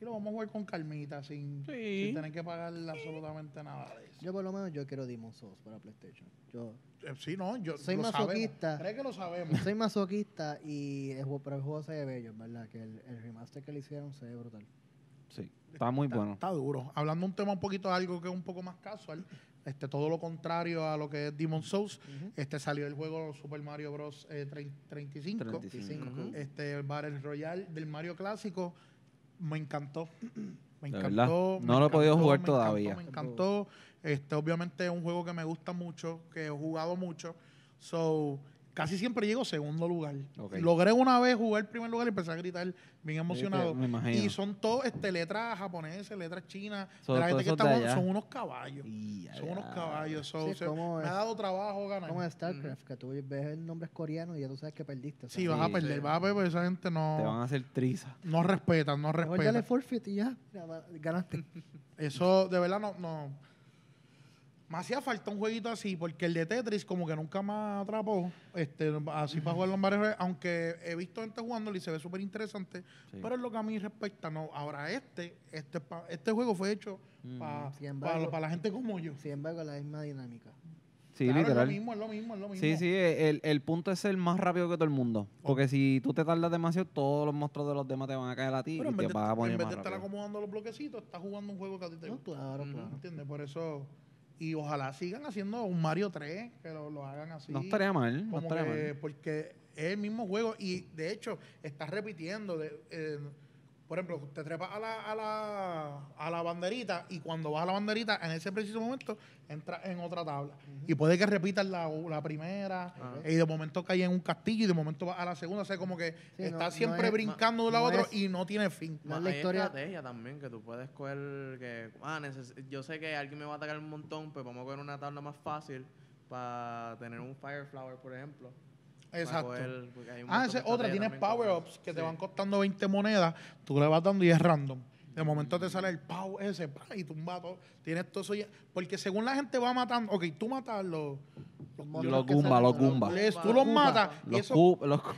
A: y lo vamos a jugar con calmita, sin,
B: Sí.
A: sin tener que pagar absolutamente nada de eso.
D: Yo por lo menos yo quiero Demon Souls para PlayStation. Yo
A: Eh, sí, no, yo
D: Soy
A: lo
D: masoquista.
A: Sabemos. ¿Crees que lo sabemos?
D: soy masoquista y el juego, pero el juego se ve bello, en ¿verdad? Que el, el remaster que le hicieron se ve brutal.
C: Sí, está muy
A: Está,
C: bueno.
A: está duro. Hablando un tema un poquito de algo que es un poco más casual, este, todo lo contrario a lo que es Demon Souls, este salió el juego Super Mario Bros. eh, trein- 35,
C: 35.
E: Ujú.
A: este el Battle Royale del Mario clásico, me encantó. Me
C: De
A: encantó.
C: verdad.
A: me
C: No lo he podido
A: encantó,
C: jugar
A: me
C: todavía.
A: Encantó, me encantó. Este, obviamente es un juego que me gusta mucho, que he jugado mucho. So, casi siempre llego segundo lugar.
C: Ok.
A: Logré una vez jugar el primer lugar y empecé a gritar bien
C: Sí, que
A: emocionado.
C: Me imagino.
A: Y son todos este, letras japonesas, letras chinas.
C: Son
A: de la gente
C: todos
A: que
C: esos
A: está
C: de
A: jugando,
C: allá.
A: son unos caballos.
C: Y ya,
A: Son unos
C: ya.
A: caballos. so,
D: Sí,
A: se-
D: ¿cómo
A: me
D: es?
A: ha dado trabajo ganar.
D: Como en StarCraft, que tú ves el nombre coreano y ya tú sabes que perdiste.
A: Sí,
D: ¿sabes?
A: vas a
C: Sí,
A: perder,
E: sí.
A: vas a perder, porque esa gente
C: Te van
A: no,
C: a hacer triza.
A: no respeta, no
D: Mejor dale
A: respeta.
D: forfeit y ya, mira, va- ganaste.
A: Eso, de verdad, no, no. Me hacía falta un jueguito así, porque el de Tetris como que nunca me atrapó, este, así para jugarlo en varios re- aunque he visto gente jugándolo y se ve súper interesante,
C: Sí.
A: pero es lo que a mí respecta, no. Ahora este, este, pa- este juego fue hecho
C: Mm.
A: para
D: Sin embargo-
A: la gente como yo.
D: Sin embargo, la misma dinámica.
C: Sí,
A: Claro,
C: literal.
A: Es lo mismo, es lo mismo, es lo mismo.
C: Sí, sí, el, el punto es ser más rápido que todo el mundo. Porque si tú te tardas demasiado, todos los monstruos de los demás te van a caer a ti
A: Pero
C: y
A: en vez,
C: te
A: de,
C: vas a
A: en
C: poner
A: vez
C: más
A: de estar
C: rápido.
A: acomodando los bloquecitos, estás jugando un juego que a ti te
D: No,
A: gusta.
D: claro,
E: Ujú.
D: claro.
A: ¿Entiendes? Por eso. Y ojalá sigan haciendo un Mario 3, que lo, lo hagan así.
C: No estaría mal, no
A: Como
C: estaría
A: que-
C: mal.
A: porque es el mismo juego y de hecho estás repitiendo. de- eh, por ejemplo, te trepas a la, a, la, a la banderita y cuando vas a la banderita, en ese preciso momento, entras en otra tabla. Y puede que repitas la, la primera
D: Ah.
E: Ajá.
A: y de momento caes en un castillo y de momento vas a la segunda. O sea, como que
D: Sí, no-
A: estás
D: no
A: siempre
D: es-
A: brincando de un lado a
D: no
A: otro
D: es-
A: y no tiene fin.
D: No
E: Ma-
D: es la
E: hay
D: historia-
E: estrategia también que tú puedes coger que ah, neces- yo sé que alguien me va a atacar un montón, pues vamos a coger una tabla más fácil para tener un fire flower, por ejemplo. Para
A: Exacto.
E: coger- porque hay un
A: Ah,
E: montón
A: esa
E: de
A: es otra.
E: estrategias
A: Tienes
E: también como
A: power-ups
E: eso.
A: que te
E: Sí.
A: van costando 20 monedas. Tú le vas dando y es random. De momento te sale el power ese pa, y tumba todo. Tienes todo eso ya. Porque según la gente va matando. Ok, tú matas los,
D: monstruos que
C: Goomba,
D: salen-
C: los Goomba.
A: Les- tú los
D: Goomba.
A: matas y,
C: Los
A: eso-
C: cu- los cu-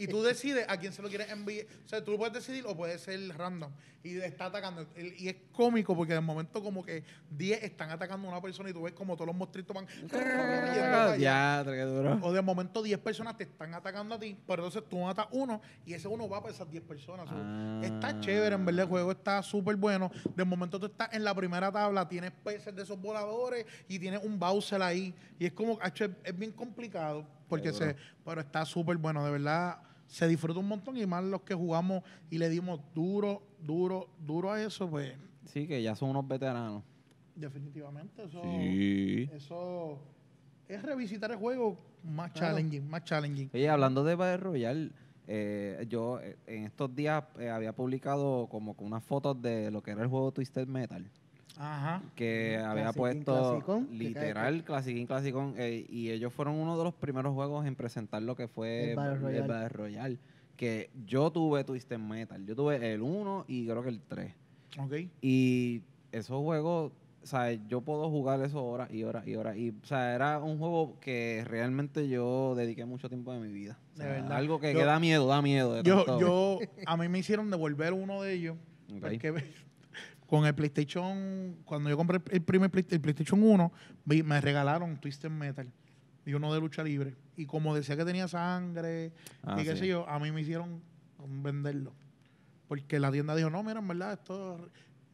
A: y tú decides a quién se lo quieres enviar. O sea, tú lo puedes decidir o puede ser random. Y está atacando. El- Y es cómico porque de momento como que 10 están atacando a una persona y tú ves como todos los monstruitos van... corriendo para allá.
C: Diantre, qué duro.
A: O de momento 10 personas te están atacando a ti, pero entonces tú matas uno y ese uno va para esas 10 personas. So,
C: Ah.
A: Está chévere, en verdad, el juego está súper bueno. De momento tú estás en la primera tabla, tienes peces de esos voladores y tienes un Bowser ahí. Y es como, acho, es, es bien complicado, porque
C: Seguro.
A: se, pero está súper bueno, de verdad. Se disfruta un montón y más los que jugamos y le dimos duro, duro, duro a eso, pues
C: Sí, que ya son unos veteranos.
A: definitivamente eso,
C: Sí.
A: eso es revisitar el juego más challenging, más challenging.
C: Oye, hablando de Battle Royale, eh, yo eh, en estos días eh, había publicado como que unas fotos de lo que era el juego Twisted Metal.
A: Ajá.
C: que había
D: Classic King,
C: puesto
D: Classic Con, que
C: literal Classicin Classicon y ellos fueron uno de los primeros juegos en presentar lo que fue
D: El Battle Royale.
C: Battle Royale, que yo tuve Twisted Metal, yo tuve el 1 y creo que el 3
A: Ok.
C: y esos juegos o sea, yo puedo jugar eso horas y horas y horas. Y, o sea, era un juego que realmente yo dediqué mucho tiempo de mi vida. O sea,
A: De verdad.
C: Algo que,
A: Yo-
C: que da miedo, da miedo. de
A: Yo,
C: tanto-
A: yo, a mí me hicieron devolver uno de ellos.
C: Ok.
A: Porque con el PlayStation, cuando yo compré el primer Play- el PlayStation 1, vi- me regalaron Twisted Metal y uno de lucha libre. Y como decía que tenía sangre
C: Ah,
A: y qué
C: sí.
A: sé yo, a mí me hicieron venderlo. Porque la tienda dijo, no, mira, en verdad, esto,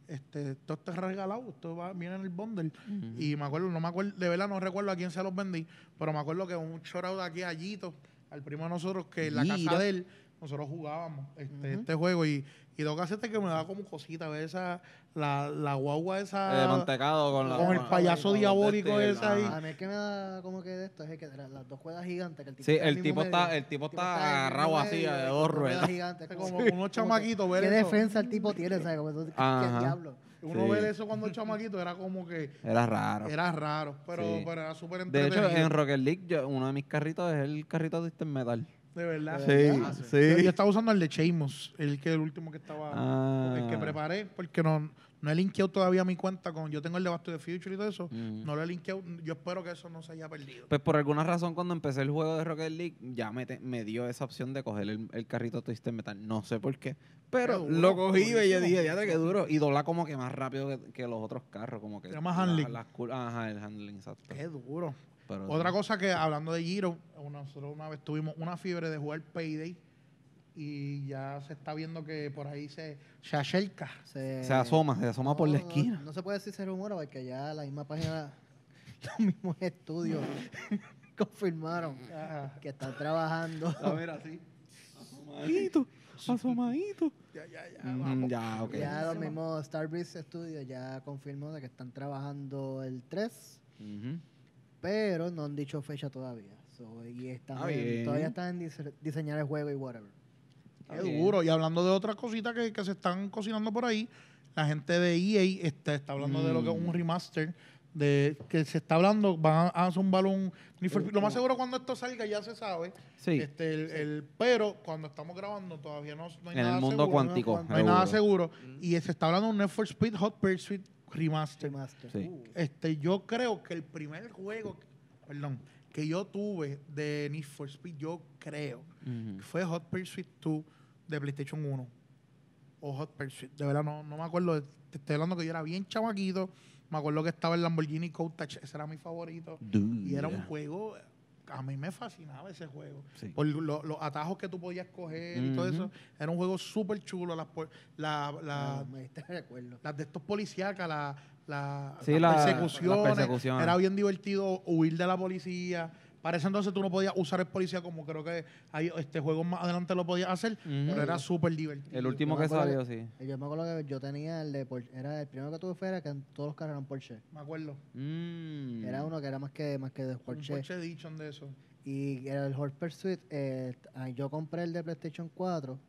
A: este, esto está regalado, esto va, viene en el bundle.
C: Ujú.
A: Y me acuerdo, no me acuerdo, de verdad no recuerdo a quién se los vendí, pero me acuerdo que un chorado de aquí a Yito, al primo de nosotros, que en la
C: Yito.
A: casa de él, nosotros jugábamos este,
D: Ujú.
A: este juego y, y tengo que hacerte que me daba como cosita, ver esa, la, la guagua
C: Eh,
A: esa,
C: mantecado con, la-
A: con el payaso
C: con- con-
A: diabólico
C: este,
A: ese ahí.
C: ajá.
D: A mí el que me da como que de esto es el que las, las dos cuerdas gigantes que el tipo
C: Sí,
D: está en
C: el tipo
D: mismo
C: está-
D: medio.
C: el tipo está
D: en el mismo
C: agarrado así,
D: medio,
C: de
D: y
C: dos
D: con cuerdas
C: ruedas.
D: gigantes,
A: este, Como
D: como-
A: unos
D: como que,
A: chamaquitos, ver
D: ¿Qué
A: eso.
D: defensa el tipo tiene? ¿sabes? Como eso, ¿qué, qué
C: Ajá.
D: diablo?
A: Uno
C: Sí.
A: ver eso cuando chamaquito era como que
C: Era raro.
A: era raro, pero,
C: Sí.
A: pero era súper
C: De
A: entretenido.
C: hecho, en Rocket League, yo- uno de mis carritos es el carrito de Twisted Metal.
A: de Ah, verdad.
D: Sí,
A: Yo, yo estaba usando el de Sheamus, el que el último que estaba,
C: Ah.
A: el que preparé, porque no, no he linkeado todavía mi cuenta con, yo tengo el de Back to the Future y todo eso,
C: Mm.
A: no lo he linkeado, yo espero que eso no se haya perdido.
C: Pues por alguna razón, cuando empecé el juego de Rocket League, ya me, te- me dio esa opción de coger el, el carrito Twisted Metal. No sé por qué. Pero
A: Qué duro,
C: lo cogí y yo
A: durísimo.
C: dije, ya qué duro. Y dobla como que más rápido que, que los otros carros. Como que.
A: Era más
C: la-
A: handling.
C: las cur- ajá, el handling, exacto.
A: Qué duro.
C: Pero
A: Otra
C: sí.
A: cosa que, hablando de Giro, nosotros una vez tuvimos una fiebre de jugar Payday y ya se está viendo que por ahí se, se acerca.
C: Se asoma, se asoma por la
D: no,
C: esquina.
D: No, se puede decir se rumora porque ya la misma página, los mismos estudios confirmaron
A: Ajá.
D: que están trabajando.
C: Asomadito, asomadito.
A: Ya, ya, ya,
C: Mm,
A: vamos.
C: ya, ok.
D: Ya los mismos Starbreeze Studios ya confirmó de que están trabajando el 3,
C: Ujú.
D: pero no han dicho fecha todavía. So, y están
C: Ah,
D: en-
C: bien.
D: todavía están en dise- diseñar el juego y whatever.
C: Está
A: Qué
C: bien.
A: duro. Y hablando de otras cositas que, que se están cocinando por ahí, la gente de EA está, está hablando de lo que es un
C: Mm.
A: remaster. De que se está hablando, van a, a zumbar un. Need for Speed. Lo más seguro cuando esto salga ya se sabe.
C: Sí.
A: Este, el, el- pero cuando estamos grabando todavía no, no hay
C: en
A: nada
C: el mundo
A: seguro.
C: cuántico.
A: No hay nada
C: seguro.
A: seguro. Y se está hablando de un Need for Speed Hot Pursuit Remaster.
D: Remaster.
C: Sí.
A: Este, yo creo que el primer juego, perdón, que yo tuve de Need for Speed, yo creo
C: Ujú.
A: fue Hot Pursuit 2 de PlayStation 1. O Hot Pursuit. De verdad, no, no me acuerdo. Te estoy hablando que yo era bien chamaquito. Me acuerdo que estaba el Lamborghini Countach. Ese era mi favorito. Y era un
C: Dura.
A: juego... A mí me fascinaba ese juego.
C: Sí.
A: Por lo- los atajos que tú podías coger y todo
C: Ujú.
A: eso. Era un juego súper chulo. Las, por- la- la-
D: Ah, me diste recuerdo.
A: las de estos policíacas, la, la-
C: Sí,
A: las
C: la-
A: persecuciones.
C: las persecuciones.
A: Era bien divertido huir de la policía. Para ese entonces tú no podías usar el policía como creo que hay este juego más adelante lo podías hacer,
C: Ujú.
A: pero era súper divertido.
C: El último
D: Yo me
C: que
D: acuerdo
C: salió, sí.
D: Yo me acuerdo que yo tenía el de Porsche. Era el primero que tuve fue era que en todos los carros eran Porsche.
A: Me acuerdo.
C: Mm.
D: Era uno que era más que más que de
A: Un
D: Porsche.
A: Porsche Edition de eso.
D: Y era el Hot Pursuit. eh, ah, yo compré el de PlayStation 4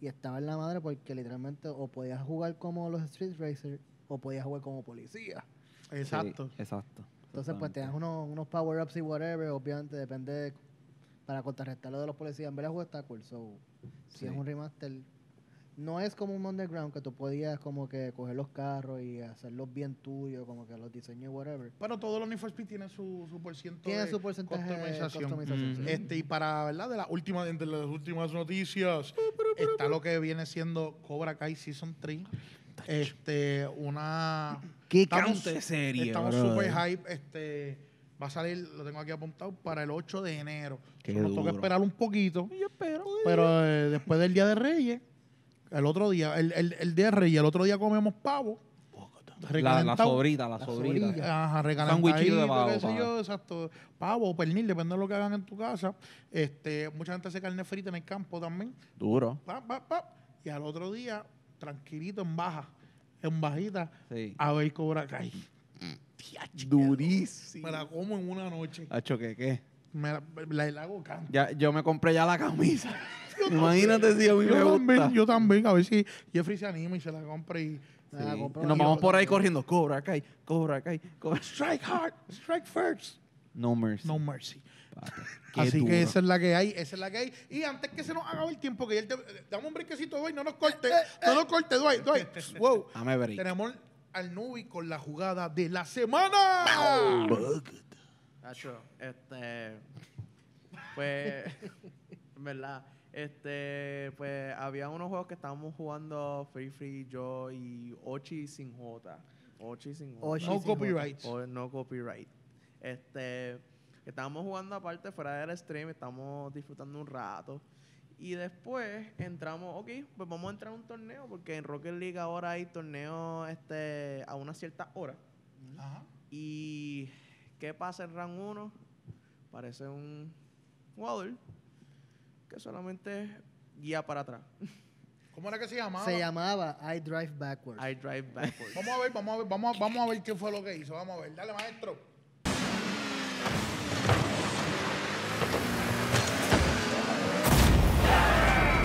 D: y estaba en la madre porque literalmente o podías jugar como los Street Racers o podías jugar como policía.
C: Sí,
A: Exacto.
C: exacto.
D: Entonces, pues te das
C: Exactamente.
D: unos, unos power-ups y whatever. Obviamente, depende de- para contrarrestar lo de los policías. En verdad, el juego está cool. So, si
C: Sí.
D: es un remaster, no es como un underground que tú podías como que coger los carros y hacerlos bien tuyos, como que los diseños y whatever.
A: Pero todos los Need for Speed tienen su, su porciento
D: Tiene
A: de
D: su porcentaje de
A: customización.
D: customización, sí.
C: Ujú.
A: Este, y para, ¿verdad? De las últimas, entre las últimas noticias, está lo que viene siendo Cobra Kai Season 3. Este, una.
C: ¿Qué
A: estamos-
C: canto de serie,
A: Estamos
C: brother.
A: super hype. Este, va a salir, lo tengo aquí apuntado, para el 8 de enero.
C: Qué
A: Solo toca
C: duro.
A: esperar un poquito. Pero eh, después del Día de Reyes, el otro día, el, el, el Día de Reyes, el otro día comemos pavo.
C: La, la
A: recalentado.
C: sobrita, la
D: La
C: sobrita.
D: sobrilla.
A: Ajá,
C: Sandwichito
A: recalentadito,
C: de pavo,
A: qué sé
C: pa.
A: yo, exacto. Pavo o pernil, depende de lo que hagan en tu casa. Este, mucha gente hace carne frita en el campo también.
C: Duro.
A: Pa, pa, pa. Y al otro día, tranquilito, en baja, en bajita,
C: Sí.
A: a ver Cobra Kai.
E: Durísimo.
A: Me la como en una noche.
C: Hacho, ¿qué, qué?
A: Me la, la- la hago canto.
C: Ya, yo me compré ya la camisa. Imagínate si a mí me
A: Yo
C: gusta.
A: también, yo también, a ver si Jeffrey se anima y se la compra y...
D: Me la
C: Sí.
D: Ah, compro
C: Y Nos
D: yo
C: vamos por ahí
D: también.
C: corriendo. Cobra Kai, Cobra Kai, Cobra
A: Strike hard, strike first,
C: No mercy.
A: no mercy.
C: papi. Qué
A: Así
C: duro.
A: que esa es la que hay, esa es la que hay. Y antes que se nos haga el tiempo, que ya el te- eh, dame un brequecito, Dwight, no nos corte, no nos corte, Dwight, Dwight. Wow.
C: Dame break.
A: Tenemos al Nubi con la jugada de la semana.
E: Nacho, este. Pues. en verdad. Este. Pues había unos juegos que estábamos jugando Free Free, yo y Ochi sin J. Ochi sin J.
D: Ochi
A: No
D: sin J.
A: copyrights.
E: O no copyright. Este, estábamos jugando aparte fuera del stream, estamos disfrutando un rato. Y después entramos, ok, pues vamos a entrar a un torneo, porque en Rocket League ahora hay torneos este, a una cierta hora.
A: Ajá.
E: ¿Y qué pasa en Round 1? Parece un jugador que solamente guía para atrás.
A: ¿Cómo era que se llamaba?
D: Se llamaba I Drive Backwards.
E: I drive backwards.
A: Vamos a ver, vamos a ver, vamos a, vamos a ver qué fue lo que hizo. Vamos a ver, dale, maestro. Ah,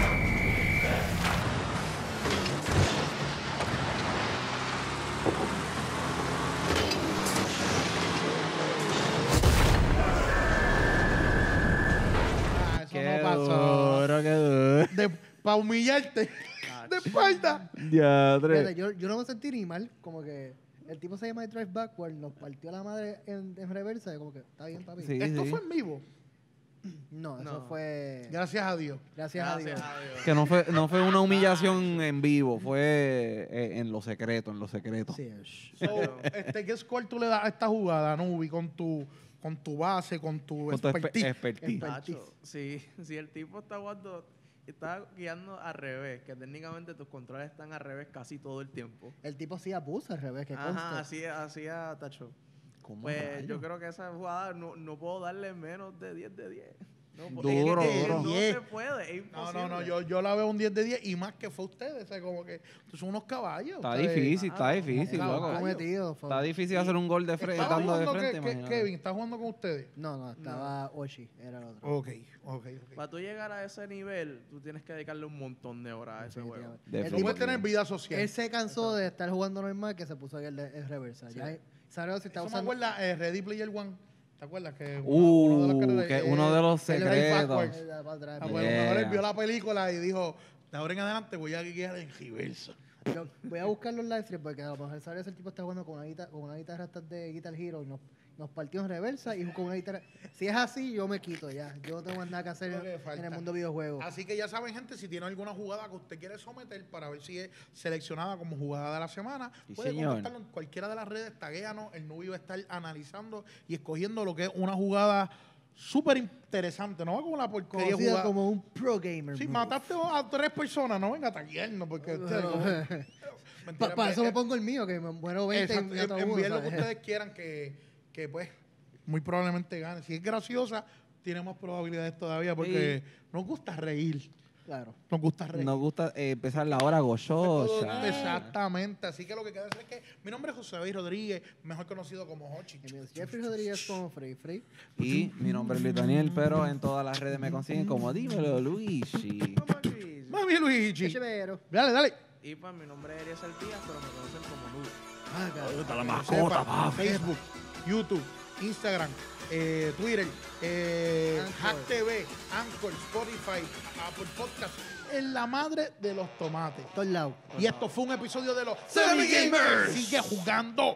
A: Ah, eso
C: Qué
A: no pasó.
C: duro, Ah, qué duro.
A: Para humillarte de espalda.
D: Fíjate,
C: Diadre.
D: yo, yo no me sentí ni mal, como que el tipo se llama I Drive Backwards, nos partió la madre en, en reversa, y como que está bien, papi.
C: Sí,
A: Esto
C: sí.
A: fue en vivo.
D: No, eso
E: No.
D: fue.
A: Gracias a Dios.
D: Gracias,
E: Gracias
D: a Dios.
E: a Dios.
C: Que no fue, no fue una humillación en vivo, fue eh, en lo secreto, en lo secreto.
D: Sí, shh.
A: So, este, ¿Qué score tú le das a esta jugada, Nubi, con tu, con tu base, con tu
C: Con tu exper-
A: expertise?
C: expertise.
E: Tacho, sí, si el tipo está guardando, está guiando al revés, que técnicamente tus controles están al revés casi todo el tiempo.
D: El tipo sí abusa al revés, que
E: Ajá,
D: conste.
E: así, así a Tacho.
C: Ah, ¿Cómo
E: Pues
C: rayos?
E: yo creo que esa jugada no, no puedo darle menos de 10 de 10. No, po-
C: Duro,
E: es que
A: duro.
E: No
A: 10.
E: se puede, es
A: No,
E: imposible.
A: no, no, yo, yo la veo un 10 de 10 y más que fue ustedes, o sea, como que son unos caballos. eh,
C: Está
A: ustedes.
C: difícil,
E: ah,
C: está
E: no,
C: difícil,
A: claro,
C: loco.
A: ¿cómo es?
D: Cometido, fue-
C: Está difícil hacer un gol de frente,
A: ¿Estaba
C: dando de
A: jugando
C: frente.
A: que- que-
C: imagínate.
A: Kevin? ¿Está jugando con ustedes?
D: No, no, estaba Oshi, era el otro.
A: Ok, ok, ok.
E: Para tú llegar a ese nivel, tú tienes que dedicarle un montón de horas a ese juego.
D: Definitivamente.
C: De
D: El
A: Tú
D: tipo-
A: puedes tener vida social.
D: Él se cansó de estar jugando normal que se puso ahí el, de- el reversa. Ya, ¿Sabes si está
A: Eso me
D: usando?
A: acuerda eh, Ready Player One. ¿Te acuerdas? Que
C: Uh,
A: carreras-
C: que
A: eh,
C: uno de los
A: el drive
C: secretos.
A: backwards.
D: Eh, para atrás,
A: Ah,
D: mira.
A: pues, a lo mejor él
C: Yeah.
A: vio la película y dijo, de ahora en adelante voy a guiar en reversa.
D: Yo voy a buscar los live streams porque a lo mejor sabes el tipo está jugando con una guitarra, con una guitarra hasta de Guitar Hero y nos, nos partió en reversa y con una guitarra. Si es así, yo me quito ya. Yo no tengo más nada que hacer
A: Lo que
D: en, en
A: falta.
D: el mundo videojuego.
A: Así que ya saben, gente, si tiene alguna jugada que usted quiere someter para ver si es seleccionada como jugada de la semana,
C: Sí,
A: puede
C: señor.
A: contactarlo en cualquiera de las redes, taguéanos, el nubio va a estar analizando y escogiendo lo que es una jugada súper interesante, no como la porquería
D: Conocido
A: jugada.
D: como un pro gamer.
A: si
D: bro.
A: mataste a tres personas, no venga a taguearnos, porque... usted, como- Mentira,
D: Pa- Para eso me
A: eh,
D: pongo el mío, que me muero 20 y
A: Exacto,
D: me mato
A: en-
D: uno,
A: envíen lo que
D: ¿sabes?
A: ustedes quieran que, que, pues muy probablemente gane. Si es graciosa, tiene más probabilidades todavía porque nos gusta reír.
D: Claro.
A: Nos gusta reír.
C: Nos gusta eh, empezar la hora
A: Todo-
C: gochosa.
A: Exactamente. Así que lo que queda decir es que mi nombre es José David Rodríguez, mejor conocido como Hochi.
D: El mío es Jeffrey Rodríguez como Free Free.
C: Y mi nombre es Luis Daniel, pero en todas las redes me consiguen como dímelo, Luigi.
E: Como aquí.
A: Mami Luigi.
D: Chevero.
A: Dale, dale.
E: Y pues mi nombre es Elías Díaz, pero me conocen como Lu.
D: Ah, cabrón.
B: Está la
A: Sepa,
B: mascota, papi.
A: Facebook, YouTube, Instagram, eh, Twitter, eh,
D: Anchor.
A: Hack TV, Anchor, Spotify, Apple Podcast, en la madre de los tomates.
D: todos lados.
A: Y esto fue un episodio de los
B: Semi Gamers.
A: Sigue jugando.